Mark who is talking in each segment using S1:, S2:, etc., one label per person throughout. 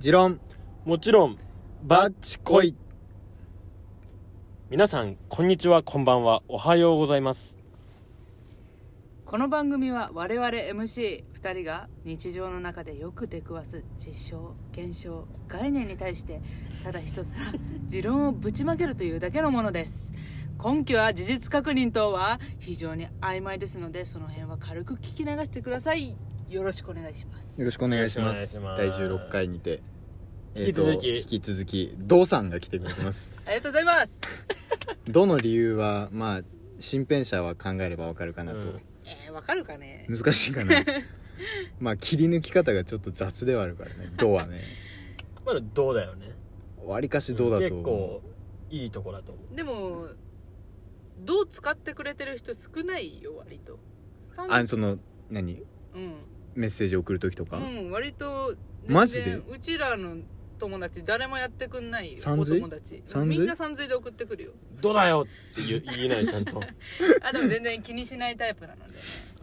S1: 持論
S2: もちろん
S1: バッチコイ
S2: 皆さんこんにちはこんばんはおはようございます
S3: この番組は我々 MC2 人が日常の中でよく出くわす実証現象概念に対してただひたすら持論をぶちまけるというだけのものです根拠は事実確認等は非常に曖昧ですのでその辺は軽く聞き流してくださいよろしくお願いします
S1: よろしくお願いしま
S2: よろし
S1: す
S2: くお願い
S1: 第
S2: します
S1: 16回にて
S2: 引き続き
S1: えーと引き続きドさんが来てくれてます
S3: ありがとうございます
S1: ドの理由はまあ新編者は考えればわかるかなと、
S3: えー、わかるかね
S1: 難しいかな まあ切り抜き方がちょっと雑ではあるからねドはね
S2: まだどうだよね
S1: わりかしドだと
S2: 結構いいとこだと思
S3: でもどう使ってくれてる人少ないよ割と
S1: あその何
S3: うん
S1: メッセージ送る時とか、
S3: うん割と全然
S1: マジで
S3: うちらの友達誰もやってくんないよ
S1: さんずい
S3: お友達
S1: さんずい
S3: みんなさんずいで送ってくるよ
S2: うどうだよって言う言えないちゃん と
S3: あでも全然気にしないタイプなので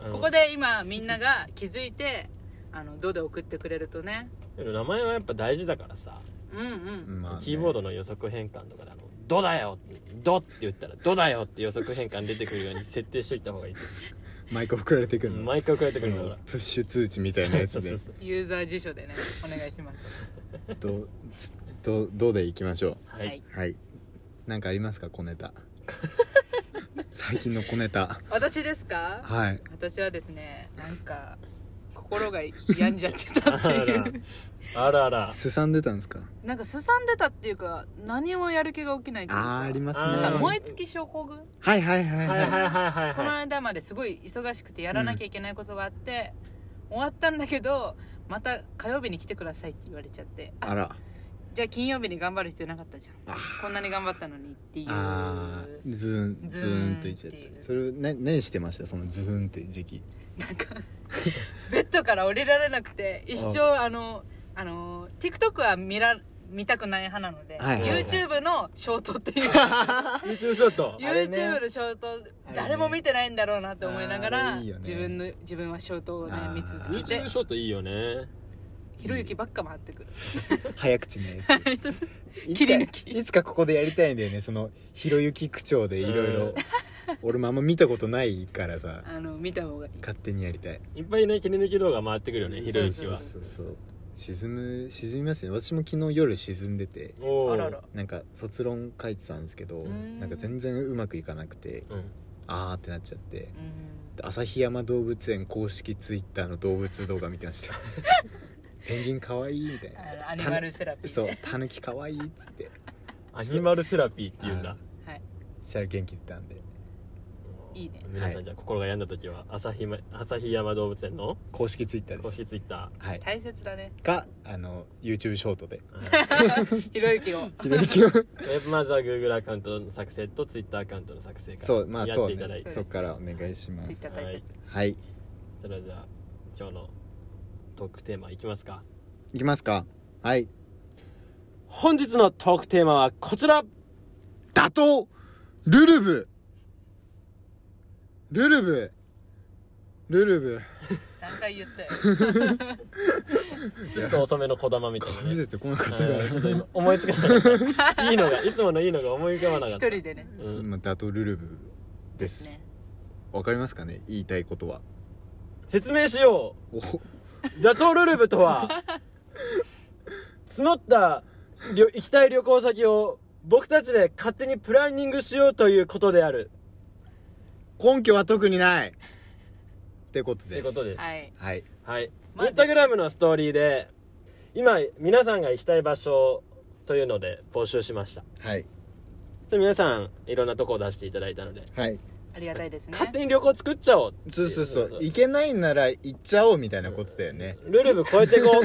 S2: あの
S3: ここで今みんなが気づいてあの「ど」で送ってくれるとね
S2: でも名前はやっぱ大事だからさ
S3: うんうん
S1: まあね
S2: キーボードの予測変換とかであの「どだよ」って「ど」って言ったら「どだよ」って予測変換出てくるように設定しといた方がいい
S1: 毎回送られ てくるの
S2: 毎回送られてく
S1: そ
S2: るんだから
S1: のプッシュ通知みたいなや
S2: そ
S1: つ
S2: うそ
S1: で
S2: うそう
S3: ユーザー辞書でねお願いします
S1: どどどうでいきましょう
S2: は
S3: はい
S2: い
S1: はい。なんかありますか小ネタ。最近の小ネタ。
S3: 私ですか
S1: はい。
S3: 私はですねなんか心が病んじゃって たってい
S2: あら
S3: う
S2: あらあら
S1: すさんでたんですか。
S3: なんかすさんでたっていうか何もやる気が起きないというか
S1: あーありますね。
S2: あー
S3: なんか
S1: は
S3: 燃
S1: い
S3: え尽き症候群
S1: はいはいは
S2: はい
S1: い。
S2: はいはいはい
S3: こ の
S2: は
S3: 間まですごい忙しくてやらなきゃいけないことがあって、終わったんだけどまた火曜日に来てくださいって言われちゃってあ
S1: あら。
S3: じゃあ金曜日に頑張る必要なかったじゃ
S1: あ
S3: んこんなに頑張ったのにっていう
S1: あーズーンズ
S3: ズ
S1: ー
S3: ー
S1: ン
S3: ン
S1: といっちゃっ
S3: ってい
S1: て
S3: う
S1: それな何してましたそのズーンって時期
S3: なんかベッドから降りられなくて一生あのあの TikTok は見ら見たくない派なので、
S1: はいはいはい
S3: YouTube のショートって いう
S2: い YouTube ショット
S1: あれね
S3: YouTube のショート誰も見てないんだろうなって思いなが
S1: あ
S3: ら、
S1: れいいよね
S3: 自分の自分はショートをね
S1: あー
S3: 見続けて
S2: YouTube ショットいいよね
S3: ひろゆきばっか回っ てくる
S1: 早口ね
S3: はいそうそう 切り抜き
S1: いつかここでやりたいんだよねそのひろゆき口調でいろいろ俺もあんま見たことないからさ
S3: あの見た方がいい
S1: 勝手にやりたい
S2: いっぱいね切り抜き動画回ってくるよねひろゆき
S3: そう
S2: は
S3: そう
S1: 沈む沈みますね私も昨日夜沈んでて
S2: おー
S3: あらら
S1: なんか卒論書いてたんですけど
S3: ん
S1: なんか全然うまくいかなくて
S2: うん
S1: あーってなっちゃって
S3: うん
S1: 旭山動物園公式ツイッターの動物動画見てました ペンギンかわいいみたいな
S3: あのアニマルセラピー
S1: そうタヌキかわいいっつって
S2: アニマルセラピーって言うんだ
S3: はい
S1: したら元気出たんで
S3: いいね
S2: 皆さ
S1: は
S2: ん
S1: い
S2: じゃあ心が病んだ時は旭ま旭山動物園の
S1: 公式ツイッターで
S2: 公
S1: す
S2: 式ツイッタ
S1: はい
S3: 大切だね
S1: かあの YouTube ショー トで
S2: ー
S3: ひろゆきを
S1: ひろゆきの
S2: うんまずは Google アカウントの作成と Twitter アカウントの作成か
S1: そうま
S2: ら
S1: あ
S2: やっ
S1: そう
S2: ていただ
S1: ね
S2: いて
S1: そっからお願いしま
S3: ツイ
S1: す
S3: ッター大切
S1: はい
S2: それでは今日のトークテーマいきますか
S1: いきますかはい
S2: 本日のトークテーマはこちら
S1: 打倒ルルブルルブルルブ
S3: 3回 言ったよ
S2: ちょっと遅めの小玉みたいなね
S1: 見せてこなかったか
S2: うん
S1: ら
S2: ちょっと今思いつかなかったいいのがいつものいいのが思い浮かばなか
S3: 一
S2: った
S3: 人でね
S2: うん
S1: まあ打倒ルルブです
S3: ね
S1: わ、かりますかね言いたいことは
S2: 説明しよ
S1: お
S2: う打倒ルルブとは募った旅行きたい旅行先を僕たちで勝手にプランニングしようということである
S1: 根拠は特にないってことです
S2: ってことです
S3: はい
S1: はい
S2: はい、
S3: まあ
S2: インスタグラムのストーリーで今皆さんが行きたい場所というので募集しました
S1: はい
S2: で皆さんいろんなとこを出していただいたので
S1: はい
S3: ありがたいですね
S2: 勝手に旅行作っちゃおうってい
S1: そうそうそう行けないなら行っちゃおうみたいなことだよね
S2: ルルブ超えていこ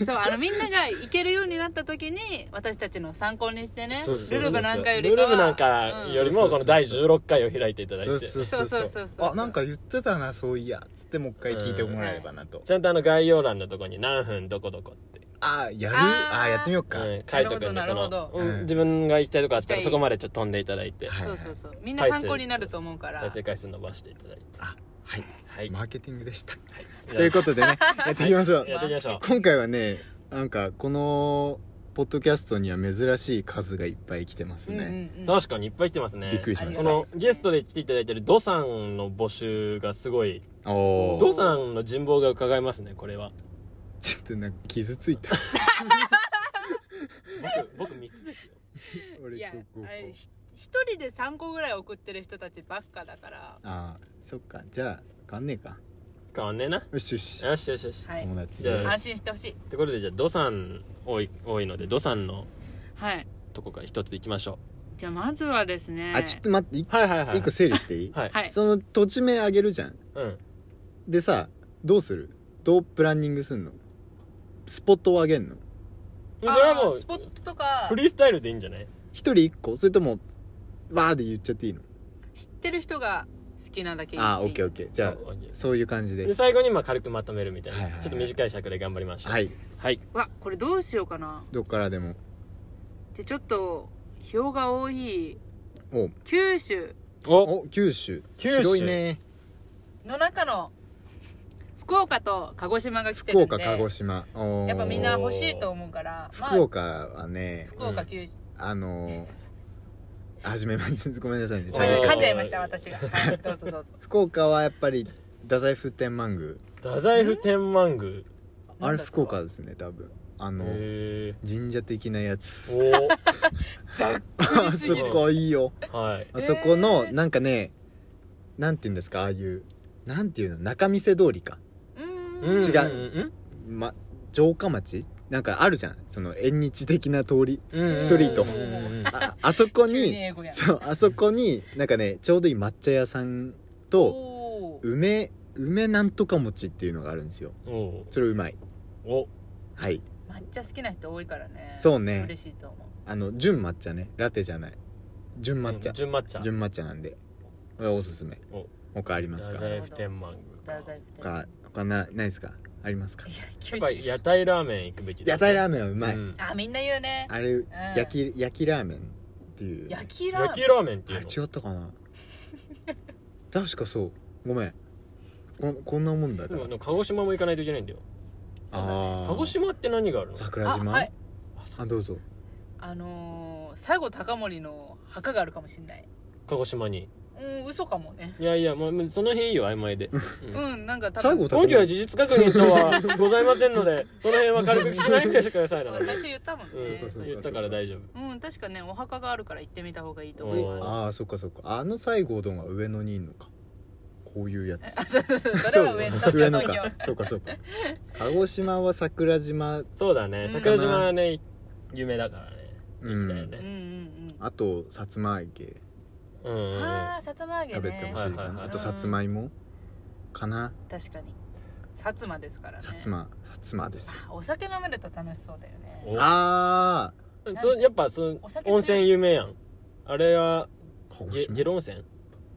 S2: う
S3: そうあのみんなが行けるようになった時に私たちの参考にしてね
S1: そうそうそうそう
S3: ルルブなんかより
S2: ル
S3: か
S2: ル
S3: は
S2: ブなんか
S3: うん
S2: よりもこの第16回を開いていただいて
S1: そうそうそうそう
S3: そうそうそうそう
S1: あなんか言ってたなそういやつってもう一回聞いてもらえればなと、
S2: ちゃんとあの概要欄のとこに何分どこどこって、
S1: あやる
S3: あー
S1: あやってみようか、
S2: うん、書いておくんで
S3: な
S2: そ
S3: るほど
S2: の、
S1: なるほど
S2: うん自分が行きたいとこあったら
S3: 行きたい
S2: そこまでちょっと飛んでいただいて、
S1: はい
S3: そうそうそうみんな参考になると思うから
S2: 再生回数伸ばしていただいて
S1: あはい
S2: はい
S1: マーケティングでした
S2: はい
S1: ということでねやっていきましょう、
S2: やっていきましょう
S1: 今回はねなんかこのポッドキャストには珍しい数がいっぱい来てますね、
S3: うんうんうん
S2: 確かにいっぱい来てますね
S1: びっくりしまし
S2: こ
S1: た
S2: のゲストで来ていただいてるドさんの募集がすごい
S1: おお
S2: ドさんの人望が伺えますねこれは
S1: ちょっとなんか傷ついた
S2: 僕僕3つですよ
S1: 俺
S3: いや
S1: こここ
S3: あれひ一人で3個ぐらい送ってる人たちばっかだから
S1: ああそっかじゃあ変わんねえか
S2: 変わんねえな
S1: よしよし
S2: よしよしよし、
S3: はい
S1: 友達
S2: じゃあ
S1: です
S3: 安心してほしい
S2: ってことでじゃあドさん多い多いのでドさんの
S3: はい
S2: とこから一ついきましょ
S3: じゃあまずはですね
S1: あちょっと待って一
S2: うはいはいはい
S1: 一個整理していい、
S2: はい、
S3: はい
S1: その土地名あげるじゃん
S2: うん
S1: でさどうするどうプランニングすんのスポットをあげんの
S2: それは
S3: あ
S2: も
S3: ー
S2: う
S3: スポットとか
S2: フリースタイルでいいんじゃない
S1: 一人一個それともわーで言っちゃっていいの
S3: 知ってる人が好きなだけ言っていい
S1: あーオッケーオッケーじゃあ
S2: オッケー
S1: そういう感じ
S2: で
S1: です
S2: 最後にまあ軽くまとめるみたいな、
S1: はいはいはい
S2: ちょっと短い尺で頑張りましょう
S1: はい
S2: はい
S3: わこれどうしようかな
S1: どっからでも
S3: でちょっと票が多い
S1: お
S3: 九州
S2: お
S1: お九州
S2: 九州
S1: 広いね
S3: の中の福岡と鹿児島が来て
S1: 福
S3: るんで
S1: 岡鹿児島おー
S3: やっぱみんな欲しいと思うからまあ
S1: 福岡はね
S3: 福岡九州、
S1: あのーはじめまして ごめんなさいね
S2: おー
S3: ごめんなさい
S1: 最
S3: 噛ん
S1: 初
S3: じゃいました私がはいどうぞどうぞ
S1: 福岡はやっぱり太宰府天満宮
S2: 太宰府天満宮
S1: あ
S3: なん
S1: れ
S3: だ
S1: 福岡ですね多分あの
S2: へえ
S1: 神社的なやつ
S2: お
S1: あそこいいよ
S2: はい
S1: あそこの
S3: えー
S1: なんかねなんて言うんですかああいうなんていうの仲見世通りか、
S3: うーん
S2: うん
S1: 違
S2: うん
S1: ま、城下町なんかあるじゃんその縁日的な通り
S2: うんうん
S1: ストリート
S2: うんうんうん
S1: あ あそこ
S3: 急に
S1: に
S3: 英語やん
S1: そうあそこになんかねちょうどいい抹茶屋さんと
S3: おー
S1: 梅梅なんとか餅っていうのがあるんですよ
S2: お
S1: それうまい
S2: お
S1: はい
S3: 抹茶好きな人多いからね
S1: そうね
S3: 嬉しいと思う
S1: あの純抹茶ねラテじゃない純抹茶、
S2: 純抹茶
S1: 純抹茶なんでこれおすすめ
S2: お
S1: 他あります
S2: 太
S1: か
S2: 宰府天満宮
S3: 太宰府
S1: 他他なないですかありますか
S3: 店
S2: やっ
S3: い
S2: ぱ
S3: や
S2: り
S3: 九州
S2: 屋台ラーメン行くべき
S1: 屋台ラーメンはうまい、
S2: うん
S3: あみんな言うね
S1: あれ、焼き焼きラーメンっていう
S3: 焼きラー
S2: 焼き
S3: メン
S2: ラーメンって
S1: あ
S2: いう
S1: れ
S2: の
S1: 違ったか な確かそうごめんこんこんなもんだから、
S2: でも鹿児島も行かないといけないんだよ
S3: そうだね
S1: あー
S2: 鹿児島って何があるの
S1: 桜島
S3: あはい
S1: あどうぞ
S3: あのー、西郷隆盛の墓があるかもしれない
S2: 鹿児島に
S3: うん嘘かもね
S2: いやいや、まあ、その辺いいよ曖昧でうん
S3: うんなんか多
S1: 西
S3: 分
S1: 郷隆
S2: 根拠
S1: 盛
S2: は事実確認とはございませんの でその辺は軽く聞きないでしてくださいなの
S3: 最
S2: で、、
S3: 初言ったもんね
S1: そうかそううん
S2: 言ったから大丈夫
S3: うん確かねお墓があるから行ってみた方がいいと思
S2: お
S3: う
S2: ー
S1: ああそっかそっかあの西郷どんは上野にいんのかこういうやつ
S3: あそうそうそう それは上東京
S1: 上野
S3: 東京
S1: かそうかそうか鹿児島は桜島
S2: そうだね
S3: うん
S2: 桜島はね有名だからね
S1: うん
S2: 行きたいよ
S3: うん
S2: ね
S3: うん
S1: あとさつま揚げ
S2: うんうんう
S3: うん
S2: ん
S3: ああさつま揚げね
S1: 食べてほしいかな、
S2: はいはいはい
S1: あとさつまいもかな
S3: 確かに薩摩ですからね
S1: さつまさつまですよ
S3: お酒飲めると楽しそうだよね
S2: お
S1: ああ
S2: そやっぱその
S3: お酒強い
S2: 温泉有名やんあれは
S1: 鹿児
S2: ゲ
S1: 島
S2: ゲロ温泉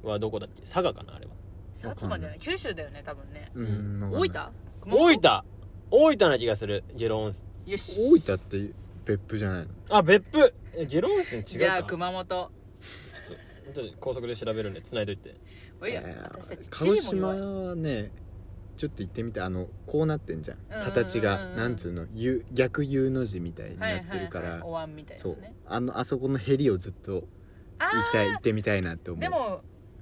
S2: はどこだっけ佐賀かなあれは
S3: 薩摩じゃない九州だよね多分ね
S1: うんわかんない
S3: 大分
S2: 大
S3: 熊本
S2: 分大分な気がするゲロ温泉
S3: よし
S1: 大分って別府じゃないの
S2: あ別府えゲロ温泉違うか
S3: じゃあ熊本
S2: ちょっと高速で調べるんで繋いどいて
S3: おい
S1: いや
S3: 私たち
S1: 鹿
S3: チ
S1: 児
S3: リ
S1: 島
S3: も弱い
S1: はねちょっと行ってみてあのこうなってんじゃん
S3: うんうんうん
S1: 形がなんつうの U 逆 U の字みたいに
S3: は
S1: な
S3: いは
S1: っ
S3: い
S1: てるから、
S3: はいお椀みたいな
S1: そう
S3: ね
S1: あのあそこのヘリをずっと
S3: あ
S1: 行きたい行ってみたいなって
S3: ー
S1: 思う
S3: でも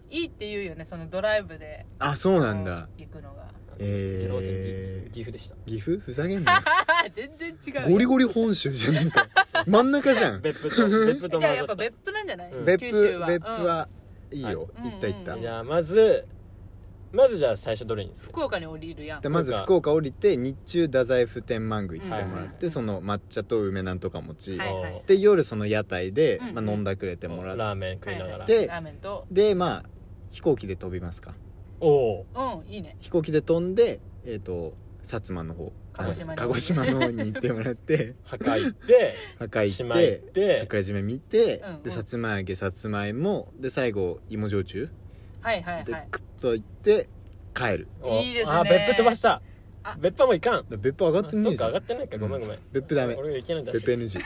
S3: いいって言うよねそのドライブで
S1: あそうなんだ
S3: 行くのが
S1: えー
S2: ゲロ温泉岐岐阜で した
S1: 岐阜ふざけん な
S3: 全然違う
S1: ゴリゴリ本州じゃねえ か真ん中じゃん別
S2: 別府と別府と
S3: じゃ
S2: 混ざ
S3: あやっぱ
S2: っ
S3: 別府なんじゃない
S2: うん
S3: 九州
S1: 府
S3: は
S1: 別府はいいよ、
S3: うん
S1: 行った行った、
S3: うん
S2: た
S3: うん
S2: じゃあまずまずじゃあ最初どれにする
S3: 福岡に降りるやん
S1: でまず福岡降りて日中太宰府天満宮行ってもらって、
S3: うん
S1: その抹茶と梅なんとか餅、
S3: はいはい
S1: で夜その屋台で、
S3: うん
S1: まあ、飲んだくれてもらって
S2: ラーメン食いながら
S1: で
S3: ラーメンと
S1: でまあ飛行機で飛びますか
S2: おお
S3: うんいいね
S1: 飛行機で飛んでえっ、と薩摩の方
S3: 鹿児島に
S1: あの鹿児島の方に行ってもらって
S2: 墓行 って
S1: 墓行
S2: 島
S1: っ
S2: 行ってて
S1: 桜島見て、
S3: うんうん
S1: でさつま揚げさつまいもで最後芋焼酎
S3: はいはい
S1: で
S3: はい
S1: クッと行って帰る
S2: お
S3: いいですね
S2: あ別府飛ばした
S3: あ
S2: 別府はもういかん
S1: だ別府上がってね
S2: そ
S1: え
S2: っ
S1: じゃ
S2: か
S1: ん
S2: 上がってないかごめんごめん
S1: 別府ダメ
S2: 俺がいけないんだし
S1: 別府 NG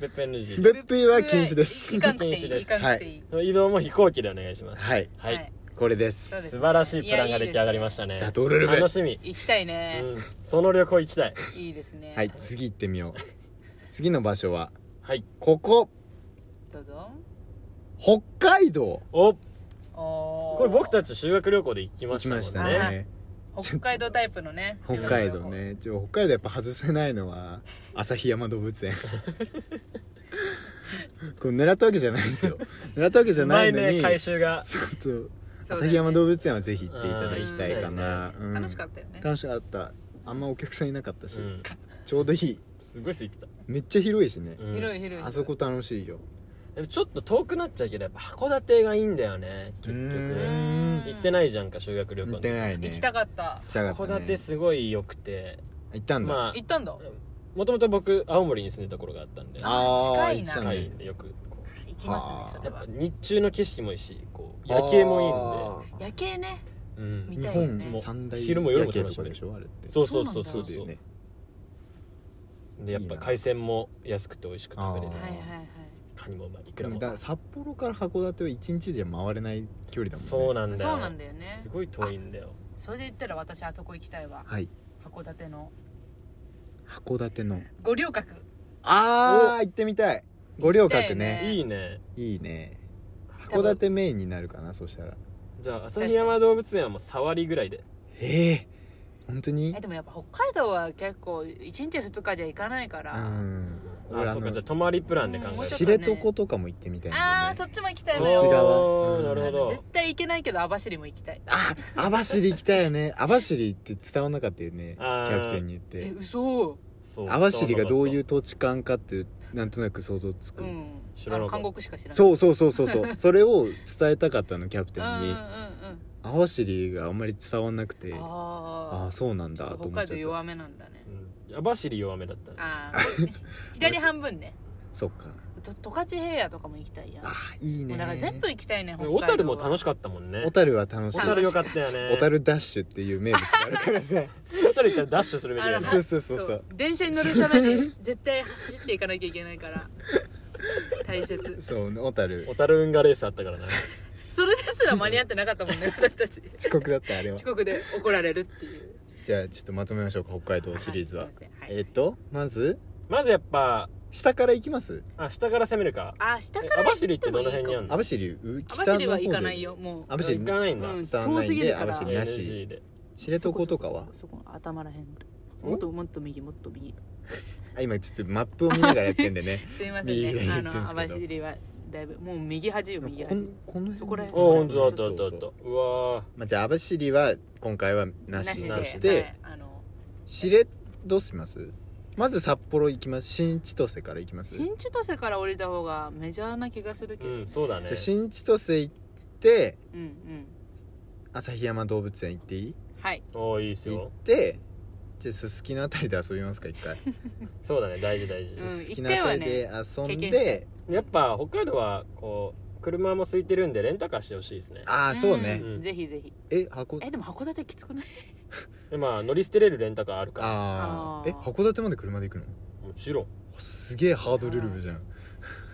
S2: 別府 NG
S1: 別府は禁止です
S3: 行かなくていい
S2: 禁止です
S3: 行かなくていい
S2: 移動も飛行機でお願いします
S1: はい
S2: はい、
S3: はい
S1: これです
S3: そうです
S2: 素晴らしいプランが出来上がりましたね
S1: ダトルルブ
S2: 楽しみ、
S3: 行きたいね、
S2: うん、その旅行行きたい
S3: いいですね
S1: はい次行ってみよう次の場所は
S2: はい
S1: ここ
S3: どうぞ
S1: 北海道
S2: お
S3: おー
S2: これ僕たち修学旅行で行き
S1: 行
S2: ま
S1: き
S2: したもん
S1: まし
S2: ね
S1: た
S3: は
S1: ね
S3: 北海道タイプのね
S1: 北海道ねちょ北海道やっぱ外せないのは旭山動物園これ狙ったわけじゃないんですよ狙ったわけじゃない
S2: 前
S1: のに
S2: ね回収が
S1: ちょっと
S3: そうだね
S1: 旭山動物園はぜひ行っていただきたいかな、
S3: うん楽しかったよね
S1: 楽しかったあんまお客さんいなかったし、
S2: うん
S1: ちょうどいい
S2: すごい空いてた、
S1: めっちゃ広いしね、
S2: うん
S3: 広い広い
S1: あそこ楽しいよ
S2: でもちょっと遠くなっちゃうけどやっぱ函館がいいんだよね結
S1: う
S2: 局
S1: ーん
S2: 行ってないじゃんか修学旅行
S1: 行ってないね
S3: 行きたかった
S1: 行きたか
S2: 函
S1: ったね
S2: 館すごい良くて
S1: 行ったんだ、
S2: ま
S3: 行ったんだ
S2: あもともと僕青森に住んでた頃があったんで
S1: あー
S3: 近い
S1: 行っ
S3: な
S1: てた
S2: 近
S1: ね
S2: いんでよくこう
S3: 行きますね
S2: や
S3: それ
S2: っ
S3: は
S2: ぱ日中の景色もいいしこう夜景も
S1: い
S3: 夜景ね
S2: いいんで、うん、
S3: 見
S1: 日
S3: たいね
S1: 本三大
S2: 昼も夜も
S1: 夜景と
S2: 楽し
S1: かでしょあ
S2: める
S1: れって
S2: そうそうそう
S3: そ
S2: そうう
S3: なん
S1: だよね
S2: でやっ
S1: いい
S2: ぱ
S1: な
S2: 海鮮も安くて美味しく食べれる
S1: あー
S3: はいはいはい
S2: カニもまあいく
S1: で
S2: ら
S1: も
S2: も
S1: だから札幌から函館は一日じゃ回れない距離だもんね
S2: そうなんだよ
S3: そうなんだよね
S2: すごい遠いんだよ
S3: それで言ったら私あそこ行きたいわ
S1: はい
S3: 函館の
S1: 函館の
S3: 五稜郭
S1: あー行ってみたい五稜郭
S3: あ
S1: ね
S2: いいね
S1: いいね函館メインになるかなそしたら
S2: じゃあ旭山動物園はもう触りぐらいで
S1: ええ本当に
S3: えでもやっぱ北海道は結構1日2日じゃ行かないか
S1: う
S3: ら、
S1: ん
S2: あ
S1: 俺あ
S2: そうかじゃ
S1: の
S2: あ泊まりプランで考
S3: うんもうちょっ
S2: え
S1: 知
S2: る
S1: 床とかも行ってみたいんだよね
S3: ああそっちも行きたい
S1: そ
S3: の
S1: っち
S3: よ
S1: 側
S2: おー
S1: うん
S2: なるほ
S3: 絶
S2: ど
S3: 対行けないけど網走も行きたい
S1: あ網走行きたいよね 網走って伝わんなかったよねキ
S2: あー
S1: ャプテンに言って
S3: え嘘
S2: そう
S1: 網走がどういう土地勘かってなんとなく想像つく、
S3: うん
S2: 知ら
S3: あ
S2: なか
S3: の
S2: った
S3: 韓国しか知らない
S1: そうそうそうそう そうそれを伝えたかったのキャプテン
S3: うんうんうんう
S1: に
S3: ん
S1: 網走があんまり伝わんなくてああ
S3: あ
S1: ー
S3: あ
S1: そうなんだと
S3: 北
S1: 思っち
S3: 海道
S1: ゃった
S3: 弱めなんだね
S2: うん網走弱めだったね
S3: ああ 左半分ね
S1: そっか
S3: と十勝平野とかも行きたいやん
S1: あ
S3: も
S1: ーいいうね
S3: だから全部行きたいね北海道
S2: 小樽も楽
S3: し
S2: しかったもんね
S1: 小樽は楽しい
S2: 小樽よかったよね
S1: 小樽ダッシュっていう名物がある からさ
S2: 小樽行ったらダッシュするべきだよね
S1: あそうそうそうそう
S3: 電車に乗るために絶対走っていかなきゃいけないから 大切
S1: そう小樽
S2: 小樽運河レースあったからね
S3: それですら間に合ってなかっ たもんね私たち
S1: 遅刻だったあれは
S3: 遅刻で怒られるっていう
S1: じゃあちょっとまとめましょうか北海道シリーズは、
S3: いすいません
S1: えっ、とまず
S2: まずやっぱ
S1: 下から行きます
S2: あ下から攻めるか
S3: あ下から
S2: え網走ってどの辺にあ
S3: る
S2: る
S1: 網
S2: の
S1: 走う
S3: 網
S1: 北の方
S3: 走
S1: で
S3: は行かないよもう
S1: 網走
S2: 行かないんだ
S3: うん
S1: 伝わんないん
S3: 遠すぎ
S1: で
S3: るか
S1: 網
S3: ら
S1: 走なし
S2: NG で
S1: 知床とかは
S3: そこ頭らへん
S2: お
S3: もっともっと右もっと右
S1: あ今ちょっとマップを見ながらやってんでね
S3: すいません
S1: 右が言ってんすけ
S3: ね
S1: ど
S3: あの網走はだいぶもう右端よ右
S1: こ
S3: 端
S1: んこの辺
S3: そこら辺
S2: おおほん
S3: そ
S2: とあっ
S3: こ
S2: たあ
S3: ら
S2: っ
S3: 辺
S2: たあったうわ
S1: まあ、じゃあ網走は今回はなし
S2: な
S1: に
S2: し
S1: し
S3: で
S1: て
S3: はいあの
S1: 知れどうしますまず札幌行きます新千歳から行きますじゃ
S3: 新千歳から降りた方がメジャーな気がするけ
S2: ー
S3: ど
S2: うんそうだね
S1: あ新千歳行って
S3: うんうん
S1: 旭山動物園行っていい
S3: はい
S2: おおいいっす
S1: 行
S2: よ
S1: ってじゃあすすきのあたりで遊びますか一回
S2: そうだね大事大事
S3: うん
S1: すすきのあたりで遊ん
S3: 一回はね経験し
S1: で、
S2: やっぱ北海道はこう車も空いてるんでレンタカーしてほしいですね
S1: ああそうね、
S2: うん
S3: ぜひぜひ
S1: え箱
S3: えでも函館きつくない
S2: でまあ乗り捨てれるレンタカーあるから
S1: ああ
S3: あー
S1: え函館まで車で行くの
S2: も ちろん
S1: すげえハードルルブじゃん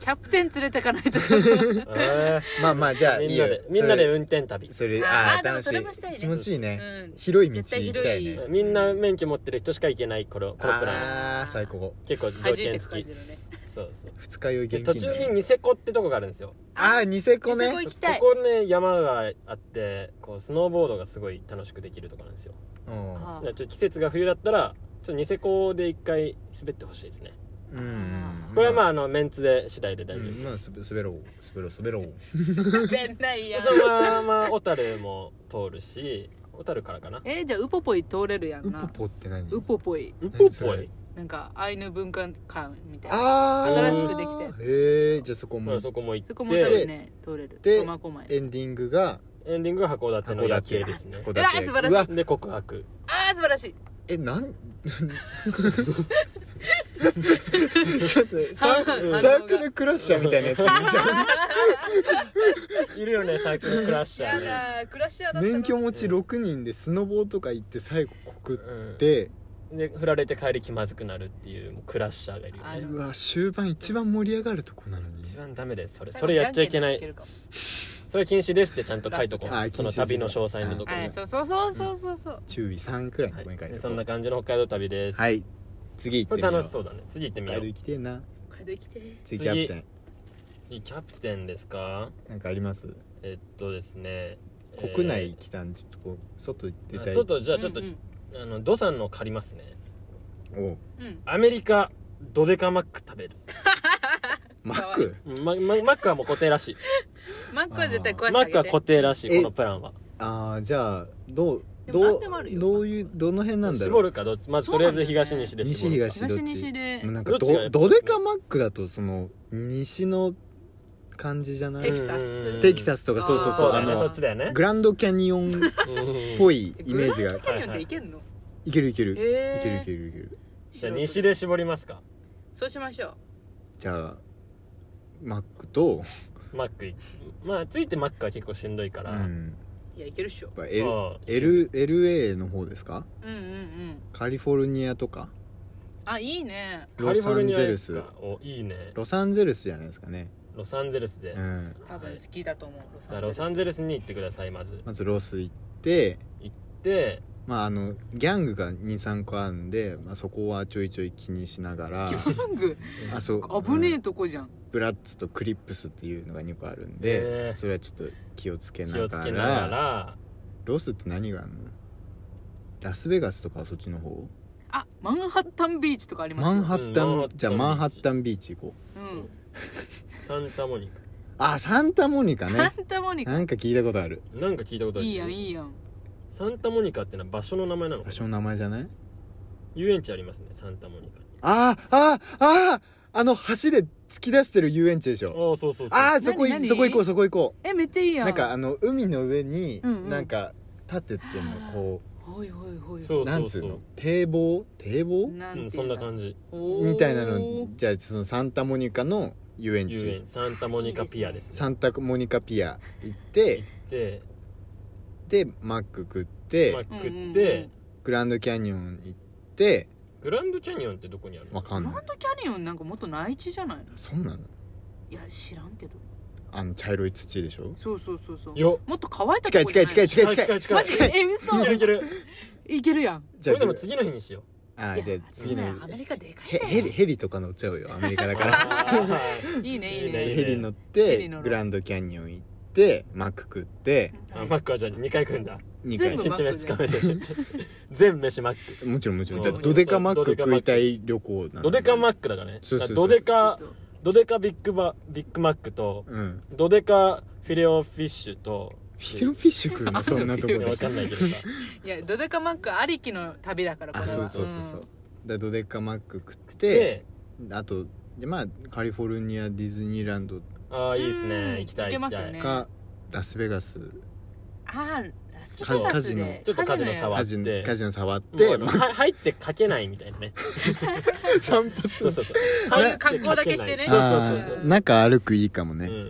S3: キャプテン連れてかないとちょっと
S2: え
S1: まあまあじゃあ
S2: ー
S1: い
S2: み
S1: い
S2: んな
S1: よ
S2: で
S1: それ
S2: みんなで運転旅
S1: それ
S3: あー
S1: ああ
S3: でも
S1: 楽
S3: そ
S1: し
S3: れもしたい
S1: い
S3: ね
S1: 気持ちいいね、
S3: うん
S1: 広い道行きたいね
S3: 絶対広
S2: みんな免許持ってる人しか行けないこれこのプラン
S1: あー最高
S2: 結構条
S3: 弾いて
S2: 件
S3: く
S2: 付
S3: 感じ
S2: き
S3: のね
S2: そうそう
S1: 二日酔い
S2: で
S1: 現
S2: 途
S1: 金
S2: 中
S1: だ
S2: に
S1: ね
S2: ニセコってとこがあるんですよ
S1: ああニセコ
S3: ニセコ
S1: ね
S3: 行きたい
S2: ここね山があってこうスノーボードがすごい楽しくできるとこなんですよ
S1: うん
S2: だからちょっと季節が冬だったらちょっとニセコで一回滑ってほしいですね
S1: うん
S2: これはまあ
S1: あ
S2: あのメンツで次第で大
S1: う
S2: 丈夫です
S1: ん、まあすべ滑ろう滑ろう滑ろう
S3: 食べないやん
S2: そのまま小樽も通るし小樽からかな
S3: えじゃあウポポイ通れるやん
S1: ウポ
S3: な
S1: ポって何
S3: ウポポイ
S2: ウポ
S1: 何そ
S2: ポイ
S1: れ
S3: なんかアイヌ文化館みたいな
S1: ああ
S2: 新しく
S3: できたやつ
S1: へえじゃあそこ
S2: ま
S1: も
S2: あそこも行っ
S3: そこも多分
S2: て
S3: ね通れる
S1: で
S3: 苫小牧
S1: エンディングが
S2: エンディングが函館の
S1: 函
S2: 夜
S1: 館
S2: 景ですね
S1: 函
S3: うわ素晴らしいう
S1: わ
S2: で告白
S3: ああ素晴らしい
S1: えなんちょっとサーサークルクラッシャーみたいなやついるじゃん
S2: いるよね最近クラッシャ
S3: や
S2: ーね
S3: だークラッシャーだったの
S1: 免許持ち6人でスノボーとか行って最後告って、
S2: うんで振られて帰り気まずくなるっていうもうクラッシャーがいるよ
S1: う
S3: あ
S2: ね
S3: の
S1: わ終盤一番盛り上がるとこなのに
S2: 一番ダメですそれ
S3: 最後
S2: それやっちゃいけな
S3: じ
S2: い
S3: んんで負けるかも
S2: それ禁止ですってちゃんと書いとこ
S1: ラス
S2: う
S1: ト
S2: その旅の詳細のところ
S3: はい
S2: に
S3: そうそうそうそうそうそう
S1: 注意3くらいのとこに書いてあ
S2: は
S1: る
S2: いそんな感じの北海道旅です
S1: はい次行
S2: こ
S1: って
S2: れ
S1: みよう
S2: 楽しそうだね次行ってみ
S1: 北
S2: よ
S1: 海道
S2: う
S1: 行きてえな
S3: 北海道行きてえ
S1: 次
S2: 次
S1: キャプテン
S2: 次キャプテンですか
S1: なんかあります
S2: えっとですね
S1: 国内来たんでちょっとこう外行っ
S2: え
S1: て
S2: ー
S1: たい
S2: 外じゃあちょっと
S3: うん
S2: あのドさんの借りますね
S1: おう
S3: うんうん
S2: アメリカドデカマック食べる
S1: マック
S2: ままマックはもう固定らしい
S3: マックは絶対壊して
S2: マ
S3: あ
S2: ッ
S3: げ
S2: ク
S3: て
S2: は固定らしい
S1: え
S2: このプランは
S1: ああじゃあどう
S3: でも
S1: ど
S3: 何でもある
S1: う
S3: よ
S1: どういうどの辺なんだ
S2: 絞
S1: ろう
S2: るかどっちまず
S3: そ
S2: と
S3: う
S2: りあ
S3: な
S2: え
S3: んだ
S2: ず
S3: よね
S2: 東西で
S1: 西
S2: 絞るか
S1: 東どっ
S3: 東
S1: ち
S3: 西で
S1: なんか
S2: どっちがや
S1: ど
S2: っぱ
S1: どでかマックだとその西の感じじゃな
S3: テ
S1: い
S3: キ
S2: うん
S3: サス
S2: うんうん
S1: テキサスとかそうそうそ
S2: そうう
S1: あ
S2: だねそ
S1: の
S2: っちだよね
S1: グランドキャニオンっぽ
S2: い
S1: いイメー ジが
S3: グランドキャニオンって行けんの
S1: いけるいけるい
S3: え
S1: けるい
S3: る
S1: けるいける
S2: じゃあ西で絞りますか
S3: そうしましょう
S1: じゃあマックと
S2: マックいまあついてマックは結構しんどいか
S1: う
S2: ら、
S1: ん
S3: いやいけるっしょ
S1: やっぱ
S2: あ
S1: L L LA の方ですか
S3: うんうんうん
S1: カリフォルニアとか
S3: あいいね
S2: カ
S1: ロ
S2: リフ
S1: サ
S2: ォル
S1: ン
S2: ニア
S1: ゼル
S2: です
S1: ス
S2: かおいいね
S1: ロサンゼルスじゃないですかね
S2: ロサンゼルスで、
S1: うん
S3: 多分好きだと思うロ
S2: じゃあロサン
S3: ル
S2: ゼルスに行ってくださいまず
S1: まずロス行って
S2: 行って
S1: まああのギャングが23個あるんで、まあ、そこはちょいちょい気にしながら
S3: ギャング
S1: あ そう
S3: 危ね
S1: う
S3: え
S1: ん
S3: とこじゃん
S1: ブラッツとクリップスっていうのが2個あるん
S2: へ
S1: で
S2: え
S1: それはちょっと気をつけな
S2: 気
S1: がら
S2: をつけながら
S1: ロスって何があるのラスベガスとかはそっちの方
S3: あマンハッタンビーチとかあります
S1: マンハッタン、
S2: うんマンハッタン
S1: じゃあマンハッタンビーチ行こう
S3: うん
S2: サンタモニ
S1: あサンタモニカ
S3: サ
S1: ね
S3: ンタモニカ
S1: なんか聞いたことある
S2: カなんか聞いたことある
S3: いいやんいいやん
S2: サンタモニカってのは場所の名前なの
S1: 場
S2: かな
S1: 所の名前じゃない
S2: 遊園地ありますねサンタモニカに
S1: あーあーあーあの橋で突き出してる遊園地でし
S2: ああ
S1: ょ
S2: そうそうそう
S1: ああそこい
S3: 何何
S1: そこ行こうそこ行こ
S3: えめっちゃいいうやん
S1: なんかあの海の上に
S3: うんうん
S1: なんか立ててんのこ
S3: ほいほいほい
S2: そうう
S1: な
S2: そ
S1: ん
S2: う
S1: つ
S2: そう
S1: の
S2: う
S1: 堤防堤防
S3: な
S2: うんん
S3: てい
S2: そ
S3: うんんだ
S2: な感じ
S3: おー
S1: みたいなのじゃあそのサンタモニカの遊園
S2: 遊
S1: 地
S2: 園サンタモニカピアです
S1: サ
S2: ね
S1: ンタモニカピア行って
S2: で
S1: でマック食っ
S2: ま
S1: て
S2: あ食って、
S3: うんうんうん
S1: グランドキャニオン行って
S2: グランドキャニオンってどこにある
S1: わ
S2: の
S1: かん
S3: グ
S1: な
S3: ラ
S1: い
S3: ンドキャニオンなんかもっと内地じゃないの
S1: そんなの
S3: いや知らんけど
S1: あの茶色い土でしょ
S3: そうそうそうそう
S2: よ
S3: もっと乾い たと
S1: 近
S3: こ
S1: い近い近い
S3: じ
S1: 近い
S2: あ
S1: 近い
S2: 近
S3: ゃないマジ
S1: 近
S3: でえ嘘
S2: いけるいけるこ
S3: いけるやん
S1: じゃ
S2: れで
S1: あ
S2: も次の日にしよ
S1: あーじゃあ次
S3: いや
S1: の
S3: アメリカでか
S1: へ
S3: い
S1: ヘリヘリとか乗っちゃうよアメリカだ
S2: う
S1: から
S2: あ
S3: いいねいい
S2: いい
S3: ね
S2: ね
S1: ヘリ乗っ
S3: ヘ
S1: て
S3: リ乗ろう
S1: グランドキャニオン行ってマック食って
S2: ーマックはじゃあ2回食うんだ
S1: 2
S3: 全
S1: 回
S3: 部
S2: 1日目2日目で全飯マック
S1: もちろんもちろんじゃあ
S2: そう
S1: ドデカマック
S2: ドデカ
S1: 食
S2: マック
S1: いたい旅行なん
S2: ドデカマ
S1: ッ
S2: ックだからね
S1: そうそうそう
S2: ドデカ
S3: そうそう
S2: ドデカビッグバビッグマックと
S1: クうん
S2: ドデカフィレオフィッシュと
S1: フィルフィッシュ食うのそんなとこ
S2: い
S1: で
S2: やわかんないけどさ
S3: いやドデカマックありきの旅だからこ
S1: あ
S3: れは
S1: そうそうそうそうだドデカマック食って
S2: で
S1: あとでまあカリフォルニアディズニーランド
S2: ああいいです
S3: うん
S2: ね行きたい
S3: 行け
S2: 行
S3: ま
S2: き
S3: すよ
S2: たい
S3: ね
S1: かラスベガス
S3: あーラスベガ
S1: カ
S3: ス
S1: ジノ
S3: で
S2: ちょっとカジノ触
S1: カ
S2: っ
S1: ジノ
S2: て
S1: カジノ触っ
S2: もうあ
S1: て
S2: の
S1: ま
S2: は 入ってかけないみたいなね
S1: あ散歩す
S2: そう
S1: る
S2: そうそう
S3: そういう格好だけしてね
S2: そうそう
S1: あ
S2: そうそ
S1: ー
S2: う
S1: 中歩くいいかも
S2: う
S1: ね
S2: ん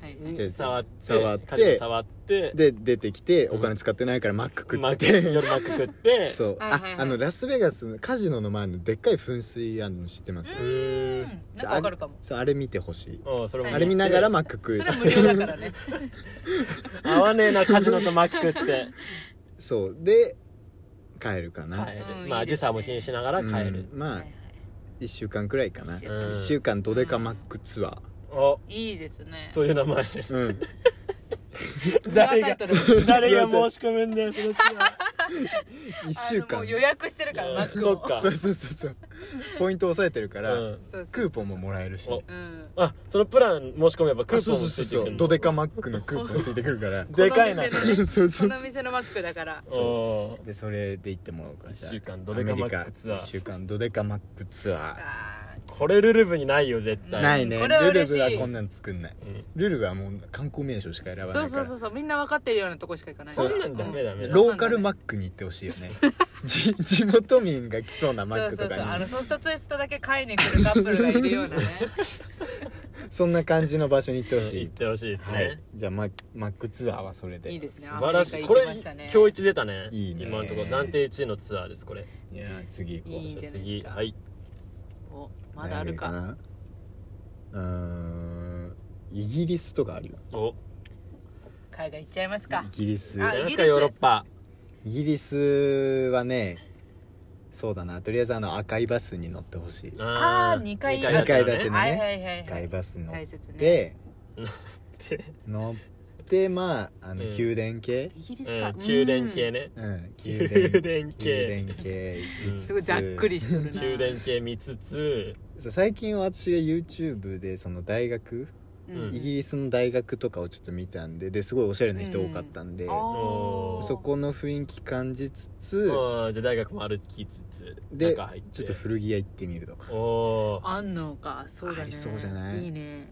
S3: はい
S1: じゃあ
S2: 触って
S1: 触って
S2: カジノ触って
S1: で出てきてお金使ってないからマック食
S2: マ
S1: っ
S2: ック
S1: て
S2: 夜マック食っ て
S1: そう、
S3: はいはいはい
S1: ああのラスベガスのカジノの前のでっかい噴水あるの知ってます、
S2: うー
S3: うん
S2: ん
S3: なんかわかるかも
S1: そうあれ見てほしい、
S2: ああそれも
S3: はい
S1: あれ見ながらマ
S2: マ
S1: ック食う
S3: それは無料だから ね
S2: 合わねえなカジノとマックって
S1: そうで帰る かな、
S2: 帰
S3: う
S2: る
S3: んいいですね
S2: まあ時差も気にしながら
S1: うん
S2: 帰る
S1: ま
S3: は
S1: あ
S3: いはい
S1: 1週間くらいかな
S3: 一週
S2: 間
S1: 1週間ドデカマックツア
S2: お
S3: いいですね
S2: そういう名 前
S1: ーうん
S2: 誰が
S3: ツアータイトル
S2: 誰が申し込むんだよそのツ
S1: 1週
S3: あのも
S1: 間
S3: う予約してるから
S2: ア
S3: マ
S2: ー
S3: ック
S2: そ
S3: を
S2: っか
S1: そうそうそうそうポイント押さえてるから、
S2: うん
S3: そうそうそう
S1: クーポンももらえるし
S2: お
S3: うん
S2: あそのプラン申し込めばク
S1: あ
S2: ー
S1: そう
S2: ポ
S1: そ
S2: ンも
S1: うそう
S2: ついてく
S1: そ
S2: る
S1: う
S2: の
S1: ドデカマックのクーポンついてくるから
S2: でかいな
S3: こ の
S1: そう
S3: 店
S1: そう
S3: のね
S1: そ
S3: こ
S1: う
S3: の店のマックだから
S2: お
S1: でそれで行ってもらおうかじゃあ
S2: 一週間ドデカマックツ
S1: アメ
S2: アー
S1: リカ一週間ドデカマックツア
S3: あー
S2: これルルブにないよ絶
S1: ー
S2: 対
S1: ないね
S3: こ
S1: ル
S3: れは
S1: ル
S3: 嬉しい
S1: ブはこんなん作んない
S2: うん
S1: ルルブはもう観光名所しか選ばないか
S3: そ
S1: ら
S3: うそうそうそうみんな分かってるようなとこしか行かない
S1: そう
S2: そんなんダメダメ
S1: ローカルマックに行ってほしいよ ねじ 地元民が来そうなマ
S3: そ
S1: ッ
S3: う
S1: クと
S3: そうそうあ
S1: か
S3: の
S1: に
S3: ソフトツイストだけ買いに来るカップルがいるようなね
S1: そんな感じの場所に行ってほし
S2: 行
S1: い
S2: ってほしいです
S1: はい
S2: ね
S1: じゃあマックマックツアーはそれで
S3: いいですね
S2: 素晴らしいこ
S3: ア
S2: れ
S3: メリカ行きましたね
S2: 今日一出たね
S1: いいね
S2: 今のところ暫定1位のツアーですこれ
S1: いやー次行こう
S3: いいじゃないで
S2: 次
S3: すか
S2: はい
S3: おまだあるか
S1: 何がいいなうーんイギリスとかあるよ
S2: お
S3: 海外行っちゃいますか
S1: イギリス
S3: あ
S2: じゃあ
S3: イ
S2: なん
S3: ギリ
S2: す
S3: ス
S2: かヨーロッパ
S1: イギリスはねそうだなとりあえずあの赤いバスに乗ってほしい
S3: あー二階
S1: 二階建ての
S2: て
S1: ね
S3: はいはいはい
S1: 赤
S3: はいい
S1: バス乗っ
S3: 大切ね
S1: て乗ってまああの
S2: うん
S1: 宮殿系
S3: イギリスか、うん
S2: 宮殿系ね
S1: うん
S2: 宮殿系
S1: 宮殿系
S2: うん
S3: すごいざっくりするな
S2: 宮殿系見つつ
S1: そう最近私が YouTube でその大学
S3: うん
S2: うん
S1: イギリスの大学とかをちょっと見たんでですごいおしゃれな人多かったんで、
S3: あー
S1: そこの雰囲気感じつ
S2: あ
S1: つ
S2: ーじゃあ大学も歩きつつ
S1: で
S2: 中入って
S1: ちょっと古着屋行ってみるとか
S2: おおー
S3: あんのかそうだね
S1: ありそうじゃない
S3: いいね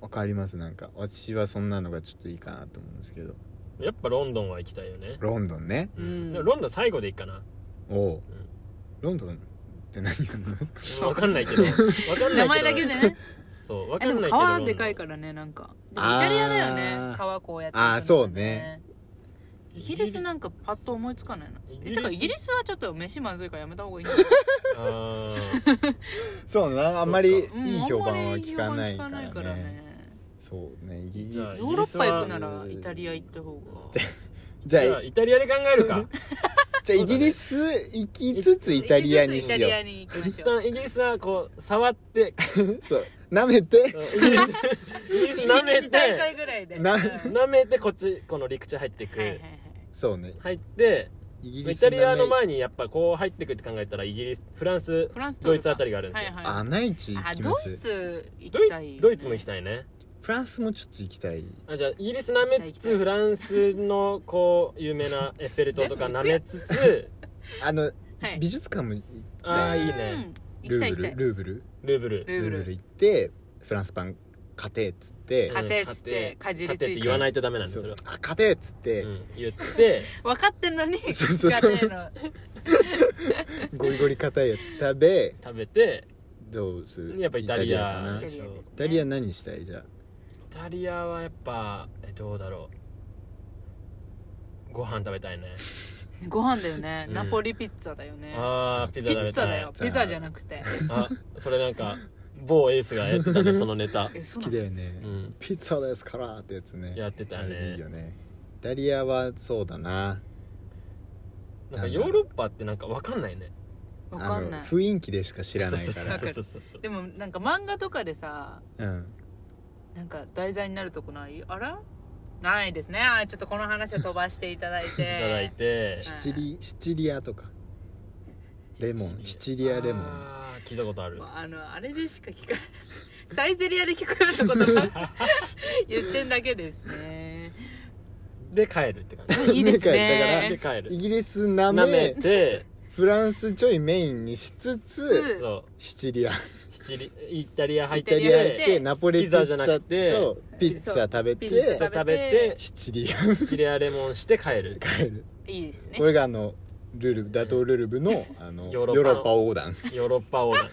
S1: わかりますなんか私はそんなのがちょっといいかなと思うんですけど
S2: やっぱロンドンは行きたいよね
S1: ロンドンね
S3: うん
S2: でもロンドン最後でいいかな
S1: おう、ロンドンって何やんの
S2: わかんないけどわかんないけど
S3: 名前だけでね
S2: そうわ
S3: あ
S2: かん
S3: で
S2: ない
S3: も
S2: けど
S3: 川でかいからねなんかでもイタリアだよ
S1: あ
S3: ね
S1: ー
S3: 川こうやって
S1: あーそうね
S3: イギリスなんかパッと思いつかないな
S2: イギリス
S3: えてかイギリスはちょっと飯まずいからやめた方がいいんじゃ
S2: あ
S1: そうなあんまり
S2: そう
S1: いい評判は聞かないか
S3: うんあんまりいい評判聞からない
S1: ねそうねイギリス
S2: じ
S1: ヨ
S2: ゃあ
S3: ヨーロッパ行くならイタリア行った方が
S1: じゃあ
S2: ーじゃあイタリアで考えるか
S1: じゃあイギリス行きつつイタリアにしよ
S3: イタリアに行きま
S2: 一
S3: しょう
S2: 旦イギリスはこう触って
S1: うそう舐めて
S2: イギリスイギリス舐め
S3: 一日大
S2: て
S3: 会ぐらいで
S1: な
S3: うん
S2: 舐めてこっちこの陸地入ってく、
S3: はいはいはい
S1: そうね
S2: 入って
S1: イギリ
S2: イ
S1: ス
S2: タ
S1: 舐
S2: リアの
S1: め
S2: 前にやっぱこう入ってくって考えたらイギリスフランス
S3: フランスと
S2: ドイツあたりがあるんで
S3: は
S2: す
S3: い
S2: よ、
S3: はい
S1: あ内地行
S3: あ
S1: き
S3: ド
S1: ます
S3: イツ行
S2: ドイ
S3: きたいよね
S2: ドイツも行きたいね
S1: フランスもちょっと行きたい
S2: あじゃあイギリス舐めつ
S3: 行きたい
S2: つフランスのこう有名なエッフェル塔とか舐めつつ
S1: あの
S3: はい
S1: 美術館も行き
S2: あ
S1: た
S2: あ
S1: い
S2: いいね
S3: うん行き
S1: ル
S3: たい
S1: ーブ
S3: 行きた
S1: ル
S3: い
S1: ルーブル
S2: ルーブル
S3: ルーブ
S1: ルーブル
S3: ル
S1: 行ってフランスパン勝てっつって
S3: 勝てっつって
S2: うん
S3: かじりつ
S2: 勝
S3: いて
S2: てって言わないとダメなんです
S1: そ
S2: よそれ
S1: う
S2: は、
S1: あ勝てっつって、
S2: うん、言って
S3: 分かってんのに
S1: そうそうそう
S3: 行かねえの
S1: ゴリゴリ硬いやつ食べ
S2: 食べて
S1: どうする
S2: やっぱイタリア
S1: かな
S2: で
S1: イ
S2: しょイ
S1: タリア何したいじゃあ
S2: タリアはやっぱえどうだろうご飯食べたいね
S3: ご飯だよね、
S2: うん
S3: ナポリピッツァだよね
S2: あーピザ
S3: ピ
S2: 食
S3: ッ
S2: べ
S3: ツァ
S2: た
S3: だ
S2: い
S3: よピザじゃなくて
S2: あそれなんか某エースがやってたねそのネタ
S3: えそ
S1: 好
S3: う
S1: きだよね、
S2: うん
S1: ピッツァですからってやつね
S2: やってた
S1: あれいい
S2: ね
S1: よねイタリアはそうだな
S2: なんかヨーロッパってなんかわかんないね
S3: なのわかんな
S1: あ
S3: い
S1: の雰囲気でしか知らないから
S2: そうそうそうそう
S3: でもなんか漫画とかでさ
S1: うん
S3: なんか題材になるとこないあらないですねあーちょっとこの話を飛ばしていただいて
S2: いただいて
S1: シチリシチリアとかレモンシチリアレモン
S2: あー聞いたことある
S3: もうあのあれでしか聞かない サイゼリアで聞くようなことば 言ってんだけですね
S2: で帰るって感じ
S3: いいです
S2: で
S3: ね
S2: 帰
S1: イ
S2: る
S1: ギリスなめ
S2: 舐めて
S1: フランスちょいメインにしつつ
S3: うん
S2: そう
S1: シチリア
S2: シチリイタリア入っ
S1: イタ
S2: て
S3: イ
S1: リア
S3: で
S1: 行ってナポリピッツ
S2: ピザじゃな
S1: ァ
S2: くて
S1: とピッツァ食べ
S3: ピッツ
S1: て
S3: ァ
S2: 食べて
S1: シチリア
S2: シチリアレモンして帰る
S1: 帰る
S3: いいですね
S1: これがあのルルブ打倒ルルブのあの
S2: ヨ
S1: ヨ
S2: ー
S1: ー
S2: ロ
S1: ロ
S2: ッパの
S1: ッパ横断
S2: ヨーロッパ横断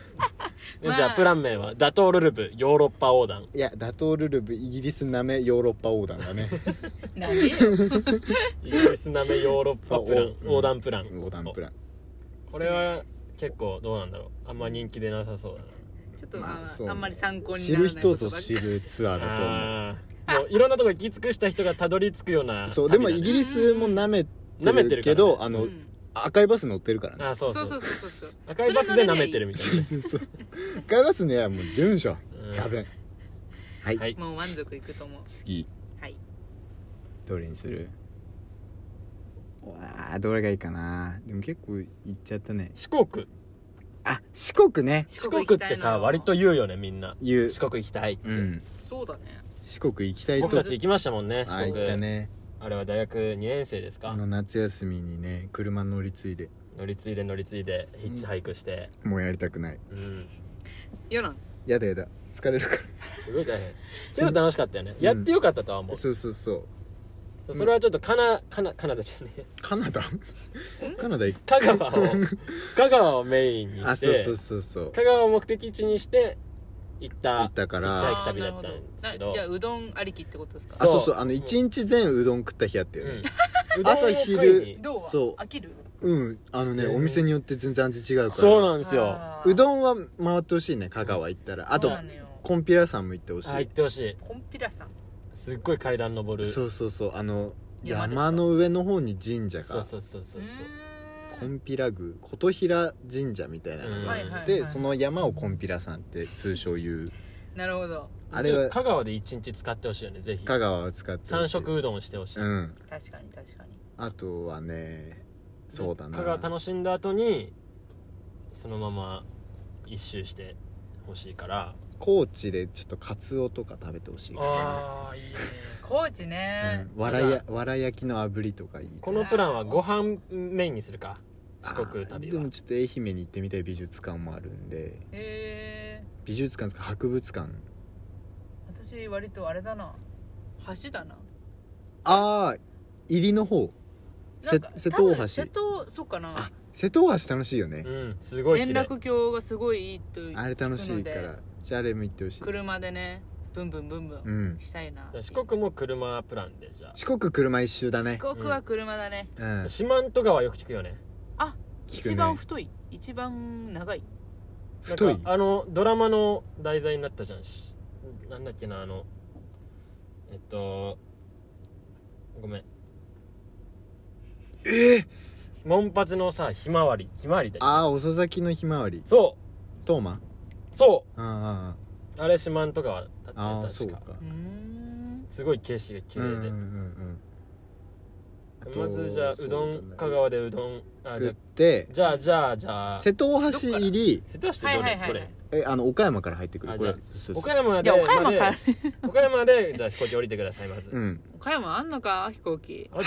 S3: まあ
S2: じゃあプラン名は打倒ルルブヨーロッパ横断
S1: いや打倒ルルブイギリスなめヨーロッパ横断だ ね
S3: なんでよ
S2: イギリスなめヨーロッパプラン
S1: あお
S2: 横断プラン
S1: 横断プラン
S2: これは結構どうなんだろうあんま人気出なさそう
S3: ちょっと
S1: ま
S3: ま
S1: あ
S3: あ
S1: そうね
S3: あんまり参考に
S1: 知
S3: なら
S1: る
S3: ない
S1: 人ぞ知
S3: る
S1: るツア
S2: だ
S1: ーだと思
S2: なあーもういろんなとこ行き尽くした人がたどり着くような
S1: うそうでもイ
S2: 旅だね
S1: ギリスもなめて
S2: 舐めて
S1: る
S2: るから
S1: け
S2: ね
S1: どあの赤いバス乗ってる からね
S2: あーそうそ
S3: そううそうそうそうそう
S2: 赤いバスで舐めてるみたい
S1: そうそうそう赤いバスねもう準所
S2: うん
S1: やべはい、
S2: なはい
S3: もう満足いくと思う
S1: 次
S3: はい
S1: どれにするわあどれがいいかなでも結構いっちゃったね
S2: 四国
S1: あ四国ね
S2: 四国ってさ割と言うよねみんな
S1: 言う
S2: 四国行きたいって、
S1: うん
S3: そうだね
S1: 四国行きたい
S2: 僕
S1: と
S2: たち行きましたもんね
S1: あ
S2: 四
S1: 行
S2: 国
S1: ったね
S2: あれは大学2年生ですか、
S1: あの夏休みにね車乗り継いで
S2: 乗り継いで乗り継いでヒッチハイクして、
S1: もうやりたくない
S2: うん
S3: よな
S1: やだやだ疲れるか
S2: すごい大変でも楽しかったよね、やってよかったとは思
S1: ら
S2: う
S1: そうそうそう
S2: そうそれはちょっとカナカナカナダじゃねえ
S1: カナダカナダ行く
S2: 香川を香川をメインに
S1: あ
S2: し
S1: そうそ
S2: て
S1: うそうそう
S2: 香川を目的地にして行っ
S1: 行
S2: た
S1: ったから
S2: じゃ
S1: あ
S2: あ行く旅だったんですけど
S3: なじゃあうどんありきってことですか
S2: あ
S1: そう
S2: そ
S1: そううあの一日全うどん食った日あったよね、
S2: うんうどん を
S1: 朝
S2: 食いに
S1: 昼
S3: どうは
S1: そう
S3: 飽きる
S1: うんあのね
S2: 全然
S1: お店によって全然味違うから
S2: そうなんですよ
S3: あー
S1: うどんは回ってほしいね香川行ったらあ
S3: そう
S1: と
S3: なのよ
S1: コンピラさんも行ってほし
S2: あ行っ
S1: い
S2: てほしい
S3: コンピラさん
S2: すっごい階段登る
S1: そうそうそうあの
S3: 山ですか
S1: 山の上の方に神社
S2: そう
S1: が
S2: そうそうそうそう
S1: コンピラ宮琴平神社みたいなのが
S2: うん
S1: あ
S3: は
S1: っ
S3: いはい
S1: て
S3: はい
S1: その山をコンピラさんって通称言う
S3: なるほど
S1: あれ
S2: ちょっと
S1: は
S2: 香川で一日使ってほしいよねぜひ
S1: 香川を使ってるし
S2: 三食うどんをしてほしい、
S1: うん
S3: 確かに確かに
S1: あとはねそうだな
S2: 香川楽しんだ後にそのまま一周してほしいから
S1: 高知でちょっとカツオとか食べてほしいか
S2: あいいね
S3: 高知
S1: ら
S3: ね
S1: ね、うん、わらやわら焼きの炙りとかいい
S2: このプランはご飯メインにするか四国
S1: あー
S2: 旅
S1: で
S2: は
S1: もちょっと愛媛に行ってみたい美術館もあるんで
S3: え
S1: 美術館ですか博物館
S3: ー、私割とあれだな橋だな
S1: ああ入りの方
S3: な
S1: せ
S3: んか
S1: 瀬戸大
S3: 多
S1: 橋
S3: 分瀬戸そうかな
S1: あ瀬戸大橋楽しいよね、
S2: うんすごい
S3: 連
S2: 綺麗
S3: 絡橋がすごいいいと聞くので
S1: あれ楽しいからじゃああれも行ってほしい
S3: 車でねブンブンブンブ
S1: う
S3: ン
S1: ん
S3: したいな、
S2: 四国も車プランでじゃ
S1: 四国車一周だね
S3: 四国は車だね、
S1: うん
S2: あ四万十川よく聞くよね
S1: 聞
S3: 一
S1: く
S3: 番
S1: ね
S3: 太い一番長い
S1: 太い
S2: なんかあのドラマの題材になったじゃんしなんだっけなあのえっとごめん
S1: ええ
S2: モンパチのさひまわりひまわりだよ
S1: ああ遅咲きのひまわり
S2: そ
S1: トーマ
S2: うそ
S1: あ
S2: うあれ四万十川だった
S1: ああああーそ
S2: 確
S1: う
S2: か
S1: か
S3: うーん
S2: すごい景色が綺
S1: うんうん
S2: 麗
S1: うんう
S2: で、
S1: んあと
S2: まずじゃあうど
S1: そ
S2: ん
S1: だね
S2: 香川でうどんあ
S1: 食
S2: じゃ
S1: って
S2: じゃあじゃあじゃあ
S1: 瀬戸大橋入り
S2: 瀬戸大橋って
S3: はい
S2: ど
S3: は
S2: れ
S3: いはい
S2: ど
S3: は
S2: れ
S3: い
S1: えあの岡山から入ってくる
S2: あ
S1: これ
S2: じ
S1: そうそう
S2: 岡山
S3: い
S2: で
S3: や岡山
S2: まで
S3: か
S2: 岡山でじゃあ飛行機降りてくださいまず、
S1: うん
S3: 岡山あんのか飛行機
S2: あ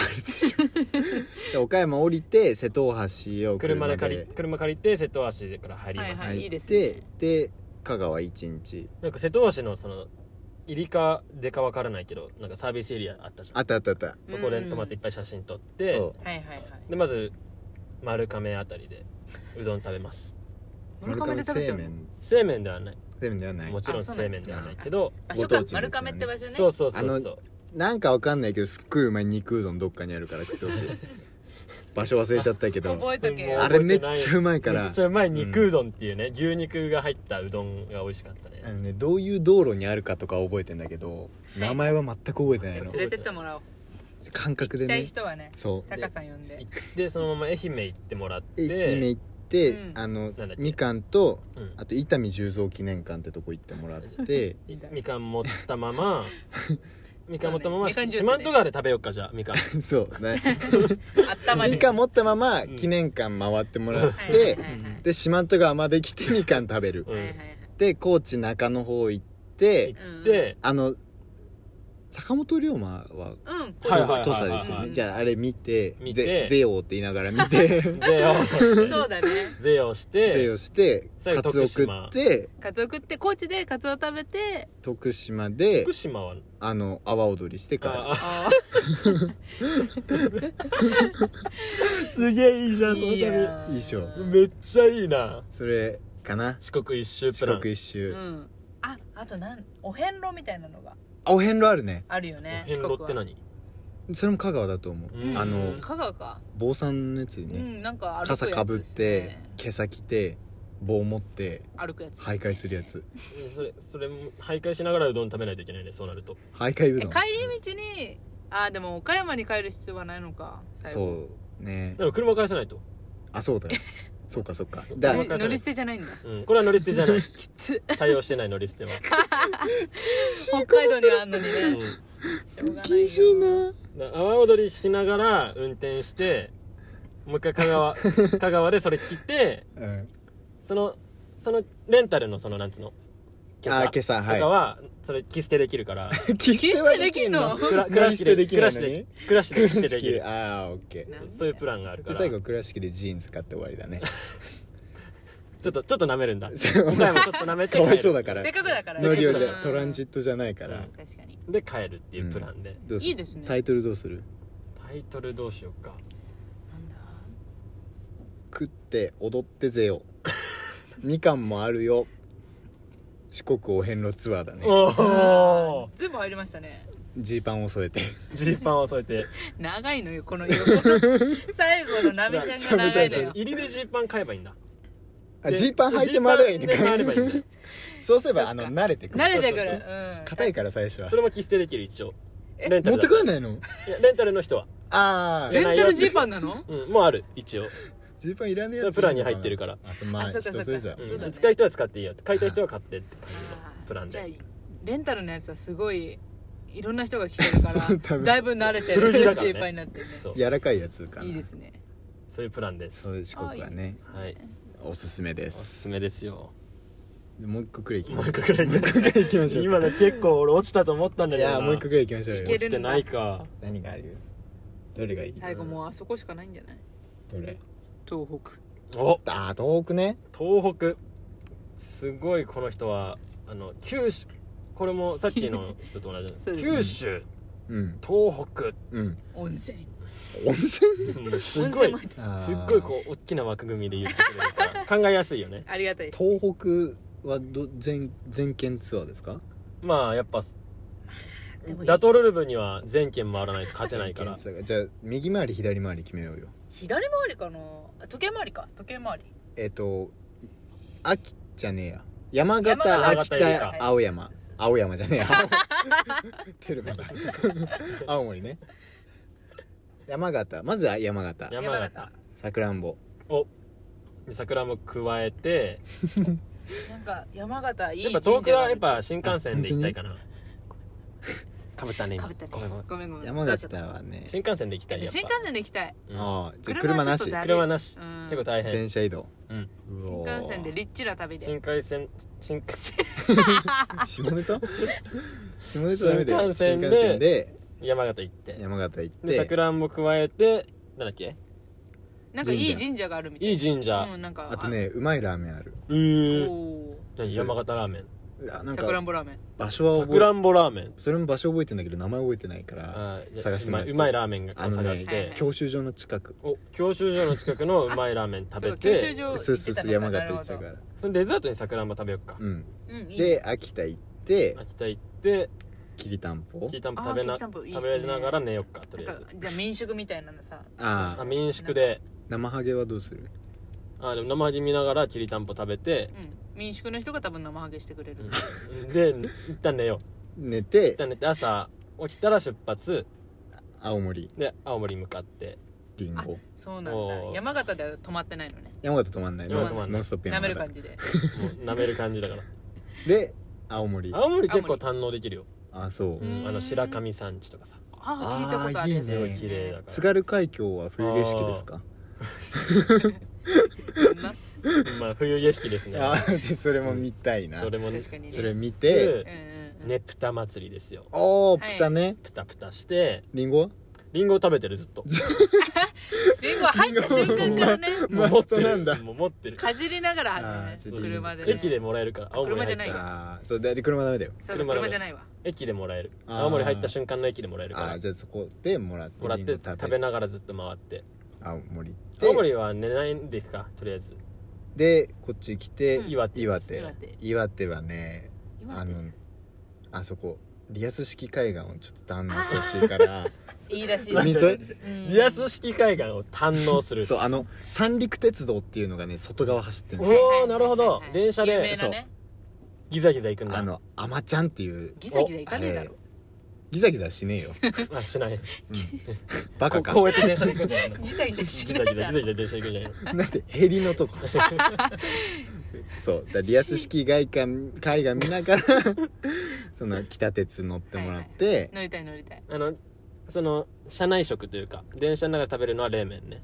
S1: で岡山降りて瀬戸大橋を
S2: 車
S1: 車
S2: で
S1: で
S2: 借り車借りて瀬戸大橋から入ります、
S3: はいはいいいです
S1: て
S3: ね
S1: で香川一日
S2: なんか瀬戸大橋のその入りか出かわからないけどなんかサービスエリアあったじゃん
S1: あったあったあった
S2: そこで
S3: うん
S2: 泊まっていっぱい写真撮って、
S1: そ
S3: はいはいはい
S2: でまず丸亀あたりでうどん食べます
S1: う
S3: 丸亀で食べちゃうの
S1: 丸亀
S2: 製麺ではない
S1: 製麺製麺ではない
S2: もちろん
S3: あそうな
S2: 製
S3: んで
S2: 麺
S3: す
S2: で
S3: か
S2: はないけど
S3: 場所
S1: ご
S3: が
S1: 当地の
S3: 丸亀って場所ね
S2: そうそうそう
S1: あ
S2: そう
S1: なんかわかんないけどすっごいうまい肉うどんどっかにあるから食 ってほしい場所忘れちゃったけど
S3: 覚えとけよ
S1: あれめっちゃうまいか
S2: めっ
S1: ら
S2: ちゃうまい肉うどんっていうね、牛肉が入ったうどんが美味しかったね、
S1: あのねどういう道路にあるかとかは覚えてんだけど名前は全く覚えてないの
S3: 連れてってもらおう
S1: 感覚で
S3: 行きたい
S1: ね
S3: 人はね
S1: そう
S3: タカさん呼んで
S2: 行ってそのまま愛媛行ってもらって
S1: 愛媛行って、
S3: うん
S1: あの
S2: だっけ
S1: みかんと
S2: うん
S1: あと伊丹十三記念館ってとこ行ってもらって
S2: みかん持ったま まみかん持ったま
S3: そう
S2: ま
S3: ねみかんジュー
S2: 四
S3: スね
S2: 万十川で食べようかじゃあみかん
S1: そうね
S3: あったまり
S1: みかん持ったまま記念館回ってもらっ
S3: はいはい
S1: て
S3: はいはい
S1: で四万十川まで来てみかん食べる
S2: うん
S3: はいはいはい
S1: で高知中の方行って
S2: 行って、
S1: あの坂本龍馬は
S3: うん
S2: はいはい
S1: 土佐ですよ
S3: はいは
S1: ね
S3: い
S1: じゃああれ見て
S2: 見て
S1: ぜゼオって言いながら見 て
S2: 税を
S3: そうだね
S2: 税をし
S1: ゼ
S2: て
S1: オして
S2: 最後
S1: カツオ食って
S3: カツオ食って高知でカツオ食 べて
S1: 徳島で
S2: 福島は
S1: あの阿波踊りしてから
S2: あ
S3: あ
S2: すげえいいじ
S3: あ
S2: ゃん
S3: いいや
S1: いいでしょ
S2: その旅めっちゃいいな
S1: それかな
S2: 四国一周プ
S1: 四
S2: ラン
S1: 国一周、
S3: うんああとなんお遍路みたいなのが
S1: あお遍路あるね
S3: あるよね
S2: 遍路って
S3: 四国は
S2: 何
S1: それも香川だと思う、
S2: うん
S1: あの
S3: 香川か
S1: 坊さんのやつに
S3: う
S1: ね、
S3: んなんか歩くやつ
S1: 傘かぶっ
S3: です
S1: て
S3: ね
S1: 袈裟着て棒持って
S3: 歩くやつですね
S1: 徘徊するやつ
S2: えそれそれも徘徊しながらうどん食べないといけないねそうなると
S1: 徘徊う
S3: え
S1: どん
S3: 帰り道にあでも岡山に帰る必要はないのか最後
S1: そうね
S2: でも車返さないと、
S1: あそうだ そうかそうかだ
S2: わか
S3: 乗り
S2: んない
S3: 乗り捨てじゃない んだ
S2: うん、これは乗り捨てじゃ ない
S3: きつ
S2: 対応してない乗り捨ては、
S3: 北海道にはあんのに
S2: うん
S3: ねしょうがないよ
S1: 厳しいな
S2: だ阿波踊りしながら運転してもう一回香 川香川でそれ着て
S1: うん
S2: そのそのレンタルのそのなんつうの
S1: あー今
S2: 今
S1: 朝
S2: 朝
S1: はい
S2: とかはそれ着捨てできるから
S1: キ
S3: 切捨てできんの
S2: くら
S1: 乗り捨てできないのに
S2: 暮らしで着捨
S1: 倉
S2: てでき
S1: 敷
S2: る
S1: ああオッケ
S3: な
S1: ー
S2: そ
S3: んだ
S2: う
S3: よ
S2: そういうプランがあるか
S1: で
S2: ら
S1: 最
S2: ち
S1: 後倉敷でジーンズ買って終わりだ ね
S2: ょっとちょっと舐めるんだ
S1: そう
S2: 今回もちょっと舐めて
S1: かわいそう
S2: だ
S1: だから
S3: せっかくだからね
S1: 乗り降りで
S3: うん
S1: トランジットじゃないから、
S2: うん
S3: 確かに
S2: で帰るっていうプランで、
S1: どうする
S3: いいですね
S1: タイトルどうする
S2: タイトルどうしようか
S3: なんだ
S1: 食って踊ってぜ よみかんもあるよ四国お遍路ツアーだね
S2: おお
S3: 全部入りましたね
S1: ジーパンを添えて
S2: ジーパンを添えて
S3: 長い のよこの横の最後の波線が長いのよ
S2: 入りでジーパン買えばいいんだ
S1: あジーパン履いて回ればいいね
S2: ジーパンで回ればいいんだよ
S1: そうすればあ
S3: そっか
S1: の慣れてくる
S3: 慣れてくる
S2: そうそう
S3: うん
S1: 硬いから最初は
S2: それも着捨てできる一応
S3: え
S2: レンタ
S1: 持
S2: ル
S1: って
S2: だ
S1: 帰んないの
S2: いやレンタルの人は
S1: ああ
S2: え
S3: レンタルジーパンなの
S2: うんもうある一応
S1: ジーパンいらねえや
S2: そ
S1: つ
S2: れプランに入ってるから
S1: あそうまあ
S3: あそ
S1: 人
S3: うか
S1: それぞれ
S3: そうだね
S2: うん使う人は使っていいよって買いたい人は買ってって感じの
S3: あ ー
S2: プランで
S3: じゃあレンタルのやつはすごいいろんな人が来て る
S1: そう多
S3: から
S1: 分
S3: だいぶ慣れて
S2: 古
S3: るジ
S2: 着だからね
S3: ーパンになってね
S2: そう
S1: 柔らかいやつかない
S3: いですね
S2: そういうプランで
S1: そう
S2: す
S1: いう四国は
S3: あいい
S1: ね
S3: です
S2: はい
S1: おすすめで
S2: おす
S1: す
S2: すめですよ
S1: もう一個くらい行き
S2: も
S1: ま
S2: う
S1: す
S2: 一個くらい
S1: くらい行きましょう
S2: 今の結構俺落ちたと思ったんだ
S1: い
S2: けどな
S1: やもう一個くらい行きましょう
S3: い
S1: よ
S3: け
S2: 落ち
S3: る
S2: てないか
S1: 何があるどれがいいど
S3: 最後もうあそこしかないんじゃない
S1: れ
S3: 東北
S2: お
S1: あー遠くね
S2: 東北すごいこの人はあの九州これもさっきの人と同じなんです
S3: そうですね
S2: 九州
S1: うん
S2: 東北
S1: うん
S3: 温泉
S1: 温泉
S2: うん す
S3: 温
S2: ご
S3: 泉
S2: い
S3: も入って
S1: あー
S2: すっごいこう大きな枠組みで言ってくれるから考えやすいよね
S3: ありがたいです
S1: 東北はど全全県ツアーですか
S2: まあやっぱ
S3: でも
S2: ダトルルブには全県回らないと勝てないから
S1: 全県ツアーじゃあ右回り左回り決めようよ
S3: 左回りかなあ時計回りか時計回り
S1: えっ、とい秋じゃねえや山形
S3: 山
S1: 秋
S2: 形山形いるか
S1: 田青山
S3: そうそうそう
S1: 青山じゃ ねえやテルマだ 青森ね山形まずは山形
S2: 山形
S1: さくらんぼ
S2: を桜も加えて
S3: なんか山形いい
S2: やっぱ
S3: 神社
S2: 東京はやっ
S3: があ
S2: ぱ新幹線で行きたいかなかぶったね
S3: る
S2: 今
S3: かぶったね
S2: ごめんごめん
S3: ごめんごめん
S1: 山
S3: どう
S1: 形
S3: しよ
S1: はね
S2: 新幹線で行きた
S3: う
S2: いやっぱ
S3: 新幹線で行きたい
S2: うん
S1: ああじゃあ
S3: 車
S1: 車
S3: は
S1: な
S3: ちょっと
S1: し
S3: だ
S2: 車なし
S3: うん
S2: 結構大変
S1: 電車移動
S2: うん
S1: うお
S3: 新
S1: ー
S3: 幹線でリッチな旅で
S2: 新幹線新幹線
S1: 下ネ タ下ネタダメだよ
S2: 新
S1: 新
S2: 幹線で
S1: 幹線で
S2: 山形行って
S1: 山形行っ
S2: で
S1: て
S2: 桜も加えてなんだっけ
S3: なんかいい
S1: 神社
S3: 神社があるみたい
S2: いい神社
S3: うんなんか
S1: あとねうまいラーメンある
S2: う
S3: お
S2: ー
S3: ー
S2: 何山形ラーメン
S1: うわなん
S3: さくら
S1: か
S3: んぼラーメン
S1: 場所は
S2: さ
S1: 覚え
S2: くらんぼラーメン
S1: それも場所覚えてんだけど名前覚えてないから
S2: あーいや
S1: 探して
S2: う
S1: もら
S2: ま
S1: っ
S2: い
S1: て
S2: うまいラーメンが
S1: あの
S2: 探
S1: ね
S2: して
S1: 教習所の近く
S2: お教習所の近くのうまいラーメン食べ
S3: そう教習
S2: て
S3: 所行ってた
S1: そうそうそう山
S3: のか
S1: 形行ってたか
S3: なる
S1: ら
S2: そのデザートにさくらんぼ食べよっか
S1: うん
S3: ほどうんいいね
S1: で秋田行って
S2: 秋田行って
S1: きりたんぽ
S2: きりたんぽ食べ
S3: あーき
S2: な
S3: りたんぽいいっす
S2: 食
S3: ね
S2: べながら寝よっかとりあ
S3: な
S2: え
S3: ん
S2: ず
S3: かじゃあ民宿みたいなのさ
S1: あ
S2: あ
S1: あ
S2: 民宿で
S1: 生ハゲはどうする
S2: あーでも生味見ながらきりたんぽ食べて
S3: うん民宿の人が多分生ハゲしてくれる
S2: で一旦寝よう
S1: 寝
S2: 一
S1: て
S2: 旦寝て朝起きたら出発
S1: 青森
S2: で青森向かって
S1: りんご
S3: そうなんだ
S2: おー
S3: 山形では止まってないのね
S1: 山形止まんない
S2: 山
S1: ノ
S2: 形止まんない
S1: ンノンストップ
S3: 舐
S1: 山形
S3: める感じで
S2: もう舐める感じだ から
S1: で青森
S2: 青森結構堪能できるよ、、
S1: あそううん
S2: あ
S3: う
S2: の
S3: ん
S2: 白神山地とかさ
S3: ああ聞いたことある
S1: あーいいね
S2: すごい綺麗だから
S1: 津軽海峡は冬景色ですか
S3: な
S2: まあ冬景色ですね
S1: あーじゃあそれも見たいな
S2: それもね
S3: 確かにね
S1: それ見て
S3: うんうんうん
S2: ねぷた祭りですよ
S1: おお
S3: はい
S1: プタね
S2: ぷたぷたして
S1: りんごは
S2: リンゴを食べてるずっと
S3: リンゴ入った瞬間からね
S1: マ
S2: もう持っ
S1: ス
S2: て
S1: ト
S2: る
S1: なんだ
S2: もう持ってる
S3: かじりながら
S1: あー
S3: ね
S1: ちょっといいね
S3: 車でね
S2: 駅でもらえるから青森入っ
S3: 車じゃ
S2: た
S3: ない
S1: ああそうで車ダメだよ
S3: そう
S2: 車で
S3: 車じゃないわ
S2: 駅でもらえる
S1: あー
S2: 青森入った瞬間の駅でもらえるか
S1: あ
S2: ら
S1: ーじゃあそこでもらって
S2: もらっ
S1: りん
S2: て
S1: ご
S2: 食べながらずっと回って
S1: 青森行って
S2: 青森は寝ないんでいくかとりあえず
S1: でこっち来て、
S3: うん
S2: 岩手
S1: 岩手
S3: 岩手
S1: 岩手はねあ
S3: 今
S1: のあそこリアス式海岸をちょっと堪能してほしい から
S3: いいらしい
S1: 海沿い
S3: うん
S2: リアス式海岸を堪能する
S1: そうあの三陸鉄道っていうのがね外側走ってるん
S2: お
S1: で
S2: ー
S1: すよ
S2: なるほど電車で
S3: 有名なね
S2: ギザギザ行くんだ
S1: あのあまちゃんっていう
S3: ギザギザ行かねえだろ
S1: ギザギザしねえ よ
S2: あしない
S1: バカ
S2: こ
S1: か
S2: こうやって電車で行く んじゃないの
S3: ギザギザ
S2: ギ
S3: し
S2: ザ
S3: な
S2: ギザ
S3: い
S2: ギ
S3: だ
S2: ザギザ電車行くんじゃないの
S1: だってヘリのと こ走るそうだからリアス式外観海岸見な がらその北鉄乗ってもらって、
S3: 乗りたい乗りたい
S2: あのその車内食というか電車の中で食べるのは冷麺ね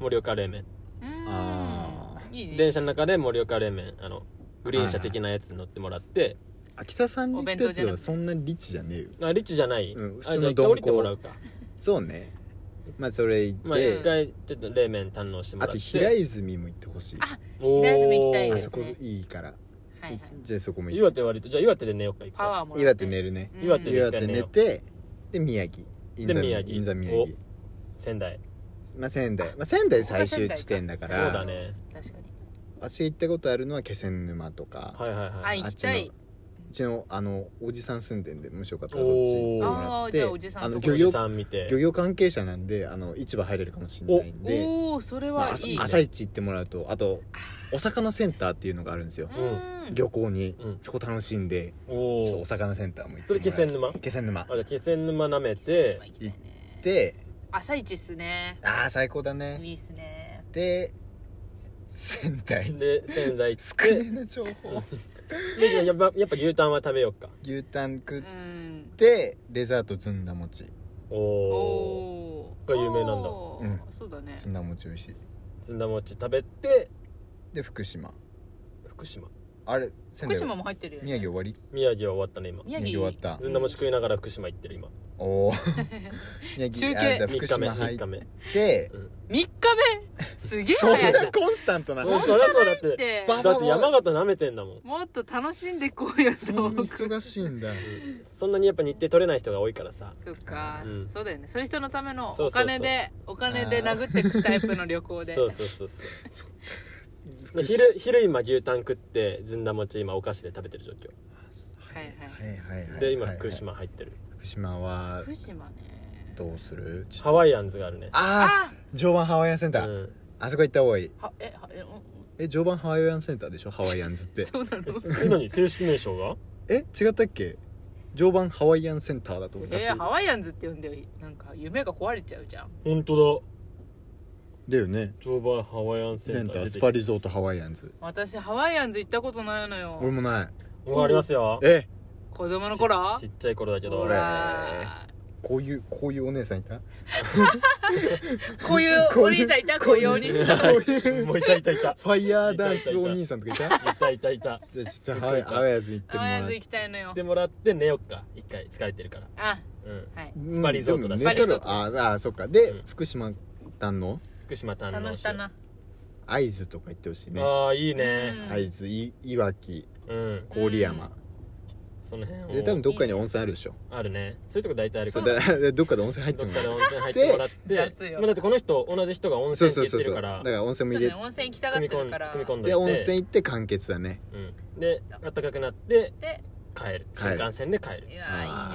S2: 盛岡冷麺
S3: うーん
S1: あ
S3: いいね
S2: 電車の中で盛岡冷麺あのグリーン車的なやつに乗ってもらって、
S1: 秋田三
S3: お
S1: 陸
S3: 弁当じゃなくて
S1: 鉄道はそんなにリッチじゃねえよ
S2: あリッチじゃない、
S1: うん普
S2: あ
S1: 通
S2: じゃあ
S1: の
S2: 一回
S1: 鈍行
S2: 降りてもらうか
S1: そうねまあそれ行って、
S2: まあ一回ちょっと冷麺堪能してもら
S1: あ
S2: って
S1: と平泉も行ってほしい
S3: あ
S2: おー
S3: 平泉行きたい
S1: あ
S3: です
S1: そこいいから、
S3: はいはい
S1: じゃあそこも行っ
S2: 岩手割とじゃあ岩手で寝ようか一
S3: パ
S2: 回
S3: ワーもらって
S1: 岩手寝るね、
S3: うん
S2: 岩手で
S1: 岩
S2: 一
S1: 手
S2: 回寝
S1: 寝
S2: よう
S1: てで宮城インザ
S2: で
S1: 宮
S2: 宮城
S1: 城インザ宮城
S2: 仙台
S1: まあ仙台、まあ、仙台最終地点だか
S2: そう
S1: ら
S2: だね
S3: 確かに
S1: 私が行ったことあるのは気仙沼とか、
S2: はいはい
S3: あ
S2: はい
S3: 行きたい
S1: あっちのうちのあのおじさん住んでんでもしよかったら
S2: お
S1: そっ
S2: ー
S1: ち行ってもらっ
S3: あーじ
S1: て
S3: ゃあおじさん
S1: の
S3: とこ
S1: 漁
S2: 漁業
S1: 業
S2: さん見て
S1: 漁業関係者なんであの市場入れるかもしれないんで、
S3: おおそれ
S1: まあ
S3: は
S1: 朝
S3: いいね
S1: 朝市行ってもらうとあとお魚センターっていうのがあるんですよ
S2: うん
S3: うん
S1: 漁港に、
S2: うん
S1: そこ楽しんで
S2: お
S1: ちょっと
S2: お
S1: お魚センターも行って
S2: それ気仙沼
S1: 気仙沼
S2: あじゃあ気仙沼舐めて
S3: 行きたいね
S1: で
S3: 朝一っすね
S1: ああ最高だね
S3: いいっすね
S1: で仙台
S2: で仙台行っ
S1: 少ねえ
S2: て
S1: な情報
S2: でやっぱやっぱ牛タンは食べよっか
S1: 牛タン食
S3: う
S1: っ
S3: ん
S1: てデザートずんだ餅
S2: おお
S3: おー
S2: が有名なんだ
S3: おーそうだね
S1: ずんだ餅美味しい
S2: ずんだ餅食べて
S1: で福島
S2: 福島
S1: あれ仙
S3: 福
S1: 台
S3: 島も入ってるよね
S1: 宮城終わり
S2: 宮城は終わったね今
S3: 宮
S1: 宮
S3: 城
S1: 城終わった
S2: ずんだ餅食いながら福島行ってる今
S1: おお 宮城
S3: 中継
S1: あじゃあ
S2: 3
S1: 福
S2: 日目
S1: 島入
S2: 3
S1: っ
S2: 日目
S1: て
S3: 3日目すげえ
S1: そん
S3: 早い
S1: なコンスタントな
S2: そうそりゃそうだ っ て
S3: って
S1: バ
S2: だって山形舐めてんだもん
S3: もっと楽しんでこうよ
S1: そ
S3: と
S1: んな
S3: 思う
S1: 忙しいんだ
S2: そんなにやっぱ日程取れない人が多いからさ
S3: そっか、
S2: うん
S3: そうだよねそういう人のための
S2: そう
S3: お
S2: そうそう
S3: 金でお金で殴ってくタイプの旅行で
S2: そうそうそうそうで昼昼今牛タン食ってずんだ餅今お菓子で食べてる状況
S3: はいはい
S1: はいはいはい
S2: で今
S1: はいはい
S2: 福島入ってる
S1: 福島は
S3: 福島ね
S1: どうする
S2: ハワイアンズがあるね
S1: ああ
S3: あ
S1: 常磐ハワイアンセンタ
S2: う
S1: ー
S2: ん
S1: あそこ行った方がいい
S3: はえはえお
S1: え常磐ハワイアンセンターでしょハワイアンズって
S3: そうなの
S2: え何正式名称が
S1: え違ったっけ常磐ハワイアンセンターだと思った
S3: えー、ハワイアンズって呼んでよなんか夢が壊れちゃうじゃん
S2: 本当
S1: だよね
S2: だ常磐ハワイアンセ
S1: セ
S2: ン
S1: ン
S2: タ
S1: タ
S2: ー
S1: ースパリゾートハワイアンズ
S3: 私ハワイアンズ行ったことないの
S1: 俺
S3: よ
S1: もない
S2: もうありますよ
S1: え
S3: 子供の頃
S2: ちっちゃい頃だけど
S3: ほ
S2: 俺
S3: ら
S1: こういうこういうお姉さんいた
S3: こ ういうお兄さんいたこういうお兄さん
S1: こういう
S2: もういたいたいた
S1: ファイヤーダンスお兄さんとかいた
S2: いたいたいた
S1: じゃあちょっとハワイハワイアンズ行って
S3: ハ
S1: も
S3: ワ
S1: ら
S3: イア
S1: っ
S3: ンズ
S1: て
S3: 行きたいのよ
S2: でもらって寝よっか一回疲れてるから
S3: あ
S2: うん
S3: はい
S1: うん
S2: スパリゾートだ
S1: でも寝と
S3: スパリゾ
S1: る
S3: ート
S1: あーあーそっかで、
S2: うん
S1: 福島たんの
S2: 福島堪能
S3: 楽し
S2: して
S3: たな
S1: 会津とか行ってほしいね
S2: ああいいね
S1: 会津いいわき
S2: うん
S1: 郡山、
S2: その辺
S1: で
S2: を
S1: 多分どっかに温泉あるでしょ
S2: あるねそういうとこ大体あるか
S1: そ
S2: ら
S1: うだ どっかで温泉入って
S2: どっ
S1: も
S2: からで
S1: う
S2: 温泉入ってもらっ
S3: で
S2: て
S3: 雑よ
S2: まあだってこの人同じ人が温
S1: そう
S2: 泉って
S1: そう
S2: 言
S1: そ
S2: っ
S1: うそ
S2: てる
S1: うだ
S2: か
S1: からら温
S3: うん
S1: 泉
S3: そ
S1: も入れ
S3: うだね温泉行きたがってるから
S2: 組み込ん組み込ん
S1: で温泉行って完結だね
S2: うんで暖かくなって
S3: で
S2: 帰る
S1: 帰る
S2: 新幹線で帰る
S3: いやーいいね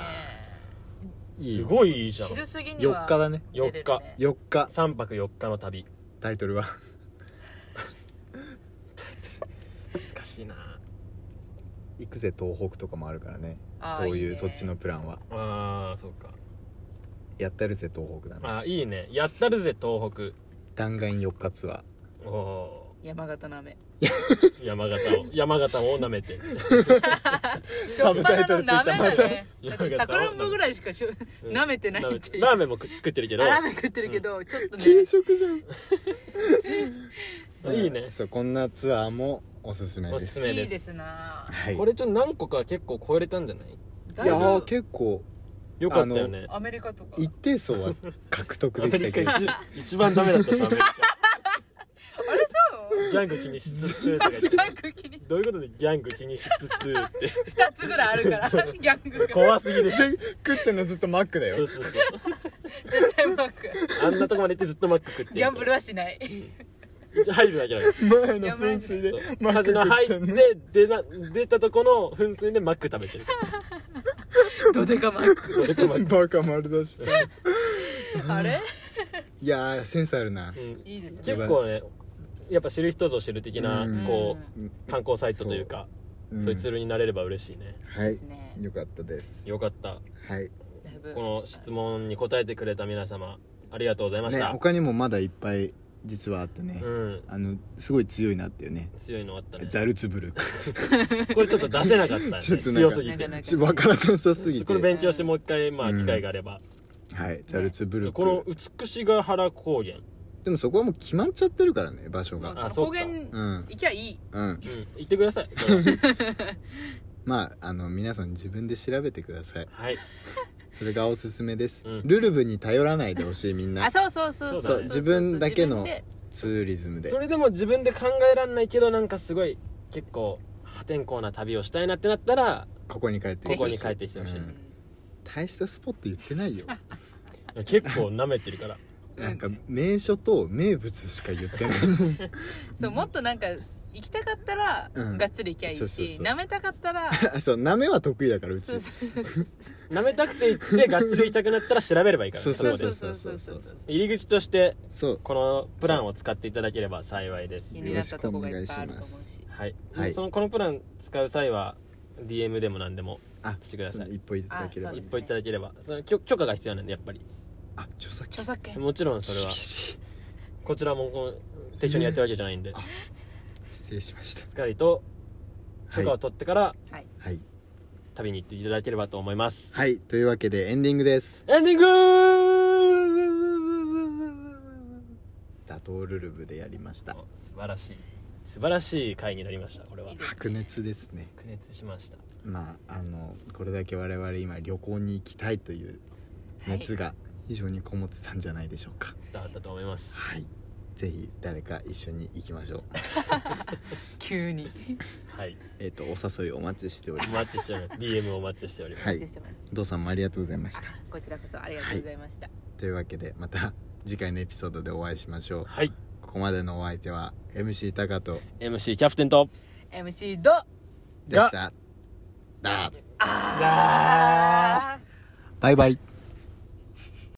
S1: いい
S2: すごいいいじゃん
S3: 昼過ぎには
S1: 4日だね
S3: 出れるね
S2: 4日
S1: 4日
S2: 3泊4日の旅
S1: タイトルは
S2: 難しいな
S1: 行くぜ東北とかもあるからね
S3: あー
S1: そういう
S3: ね
S1: そっちのプランは
S2: あーそうか
S1: やったるぜ東北だね
S2: あーいいねやったるぜ東北
S1: 弾丸4日ツア
S2: おお
S3: 山形の雨
S2: ー 山形を山形を舐めて
S1: ーサブタイトルついたまた、
S3: だって桜んぼぐらいしかしょ
S2: うん
S3: 舐めてないっていう
S2: ラーメンも食食ってるけど
S3: あラーメン食ってるけどちょっとね
S1: 軽食じゃん
S2: いいね
S1: そうこんなツアーもおすすめで
S2: お
S1: す
S2: すすめ
S3: いいですな
S1: はい、
S2: これちょっと何個か結構超えれたんじゃない
S3: だ
S1: いや
S3: い
S1: ー
S3: ぶ
S1: 結構
S2: よかったよね
S3: アメリカとか
S1: 一定層 は獲得
S2: ア
S1: でき
S2: メ
S1: た
S2: リカ
S1: けど
S2: 一一番ダメだったしアメリカ
S3: あれそう
S2: ギャング気にしつつとか言って
S3: ギャング気に
S2: どういうことでギャング気にしつつっ
S3: 2つぐらいある からギャング
S2: て
S3: が
S2: 怖すぎるし
S1: で食ってんのずっとマックだ
S2: そう
S1: よ
S2: そうそう
S3: 絶対マーク
S2: あんなとこまで行ってずっとマック食って
S3: ギャンブルはしない
S2: 入るだけだか
S1: 前の噴水で
S2: らそう
S1: マッ
S2: カ
S1: ク
S2: ジノ入っ
S1: 食ってんの
S2: て出な出たとこの噴水でマック食べ てる
S3: どでかマーク
S2: 俺とマック
S1: バカ丸出して
S3: あれ
S1: いやーセンスあるな
S2: うん
S3: いいですね
S2: 結構ねやっぱ知る人ぞ知る的な
S1: うん
S2: こ
S1: う
S2: う観光サイトというか
S1: ん
S2: そういうツールになれれば嬉しいね
S1: は
S3: で
S1: い
S3: すね
S1: よかったです
S2: よかった
S1: はい
S3: だいぶ
S2: この質問に答えてくれた皆様ありがとうございまし
S1: ね
S2: た、
S1: 他にもまだいっぱい実はあってね、
S2: うん
S1: あのすごい強いなっていうね
S2: 強いのあったね
S1: ザルツブルク
S2: これちょっと出せなかった ね
S1: ちょっとなん
S2: 強
S1: か
S2: すぎ
S3: な
S2: て
S3: んかね
S1: ちょわからなさ すぎて
S2: これ勉強してもう一回まあ
S1: うん
S2: 機会があれば、
S1: はいザルツブル
S2: この
S1: ク
S2: 美しが原高原、
S1: でもそこはもう決まっちゃってるからね場所
S3: まあ
S1: が
S2: あ
S3: そ
S2: そ
S3: の
S2: う
S3: 高
S2: か
S3: 原
S1: うん
S3: 行きゃいい
S1: うん
S2: うん、行ってく ださいは
S1: まああの皆さん自分で調べてください
S2: い
S1: それがおすすめです、
S2: うん
S1: ルルブに頼らないでほしいみんな
S3: あそうそうそう
S2: そう
S1: 自分だけの
S3: 自分で
S1: ツーリズムで
S2: それでも自分で考えらんないけどなんかすごい結構破天荒な旅をしたいなってなったら
S1: ここに帰って
S2: ここに
S1: ほしい
S2: 帰ってきてほしい、
S1: うん大したスポット言ってないよ
S2: 結構舐めてるから
S1: なんか名所と名物しか言ってない
S3: そうもっとなんか行きたかったら、
S1: うん
S3: がっつり行きゃいいし
S1: そうそうそう
S3: 舐めたかっ たら
S1: あそう舐めは得意だからうち
S3: そうそう
S2: 舐めたくて行ってがっつり行きたくなったら調べればいいから
S1: そう
S3: そ
S1: そうう
S2: こ
S3: そ
S1: そうう
S2: で
S3: そ
S1: そうう
S3: そ
S1: そうう
S3: そ
S1: そうう
S2: 入り口として
S1: そう
S2: このプランを使っていただければ幸いです
S3: 気になったとこがいっぱいあると
S1: よ
S3: 思う
S1: ろ
S3: し
S2: はい、
S1: はい
S2: そのこのプラン使う際は DM でも何でも
S1: あ
S2: してくださ
S1: そ
S2: い
S1: の一歩いただけれ
S3: あ
S1: ば
S2: 一
S3: そうです
S2: 歩いただければその許許可が必要なんでやっぱり
S1: あ著作
S3: 著
S1: 権
S3: 作権
S2: もちろんそれは
S1: 厳しい
S2: こちらもこう適当にやってるわけじゃないんで
S1: あ失礼しました
S2: しっかりと許可を取ってから
S3: はい
S1: はい、
S2: 旅に行っていただければと思います、
S1: はい、というわけでエンディングです
S2: エンディング
S1: 打倒ルルブでやりました
S2: お素晴らしい素晴らしい回になりましたこれはい
S3: いです
S1: 白熱ですね
S2: 白熱しました
S1: まああのこれだけ我々今旅行に行きたいという熱が非常にこもってたんじゃないでしょうか
S2: 伝わったと思います
S1: はい、ぜひ誰か一緒に行きま しょう
S3: 急に
S2: はい
S1: えっ、とお誘いお待ちしており
S2: お
S1: ま
S2: 待ちしており ます DM をお待ちしております、
S1: はい
S3: 失礼してます
S1: すどうさんもありがとうございました
S3: こちらこそありがとうございました、
S1: というわけでまた次回のエピソードでお会いしましょう
S2: はい、
S1: ここまでのお相手は MC タカト
S2: MC キャプテンと
S3: MC ド
S1: でしただ
S2: あ
S1: バイバイ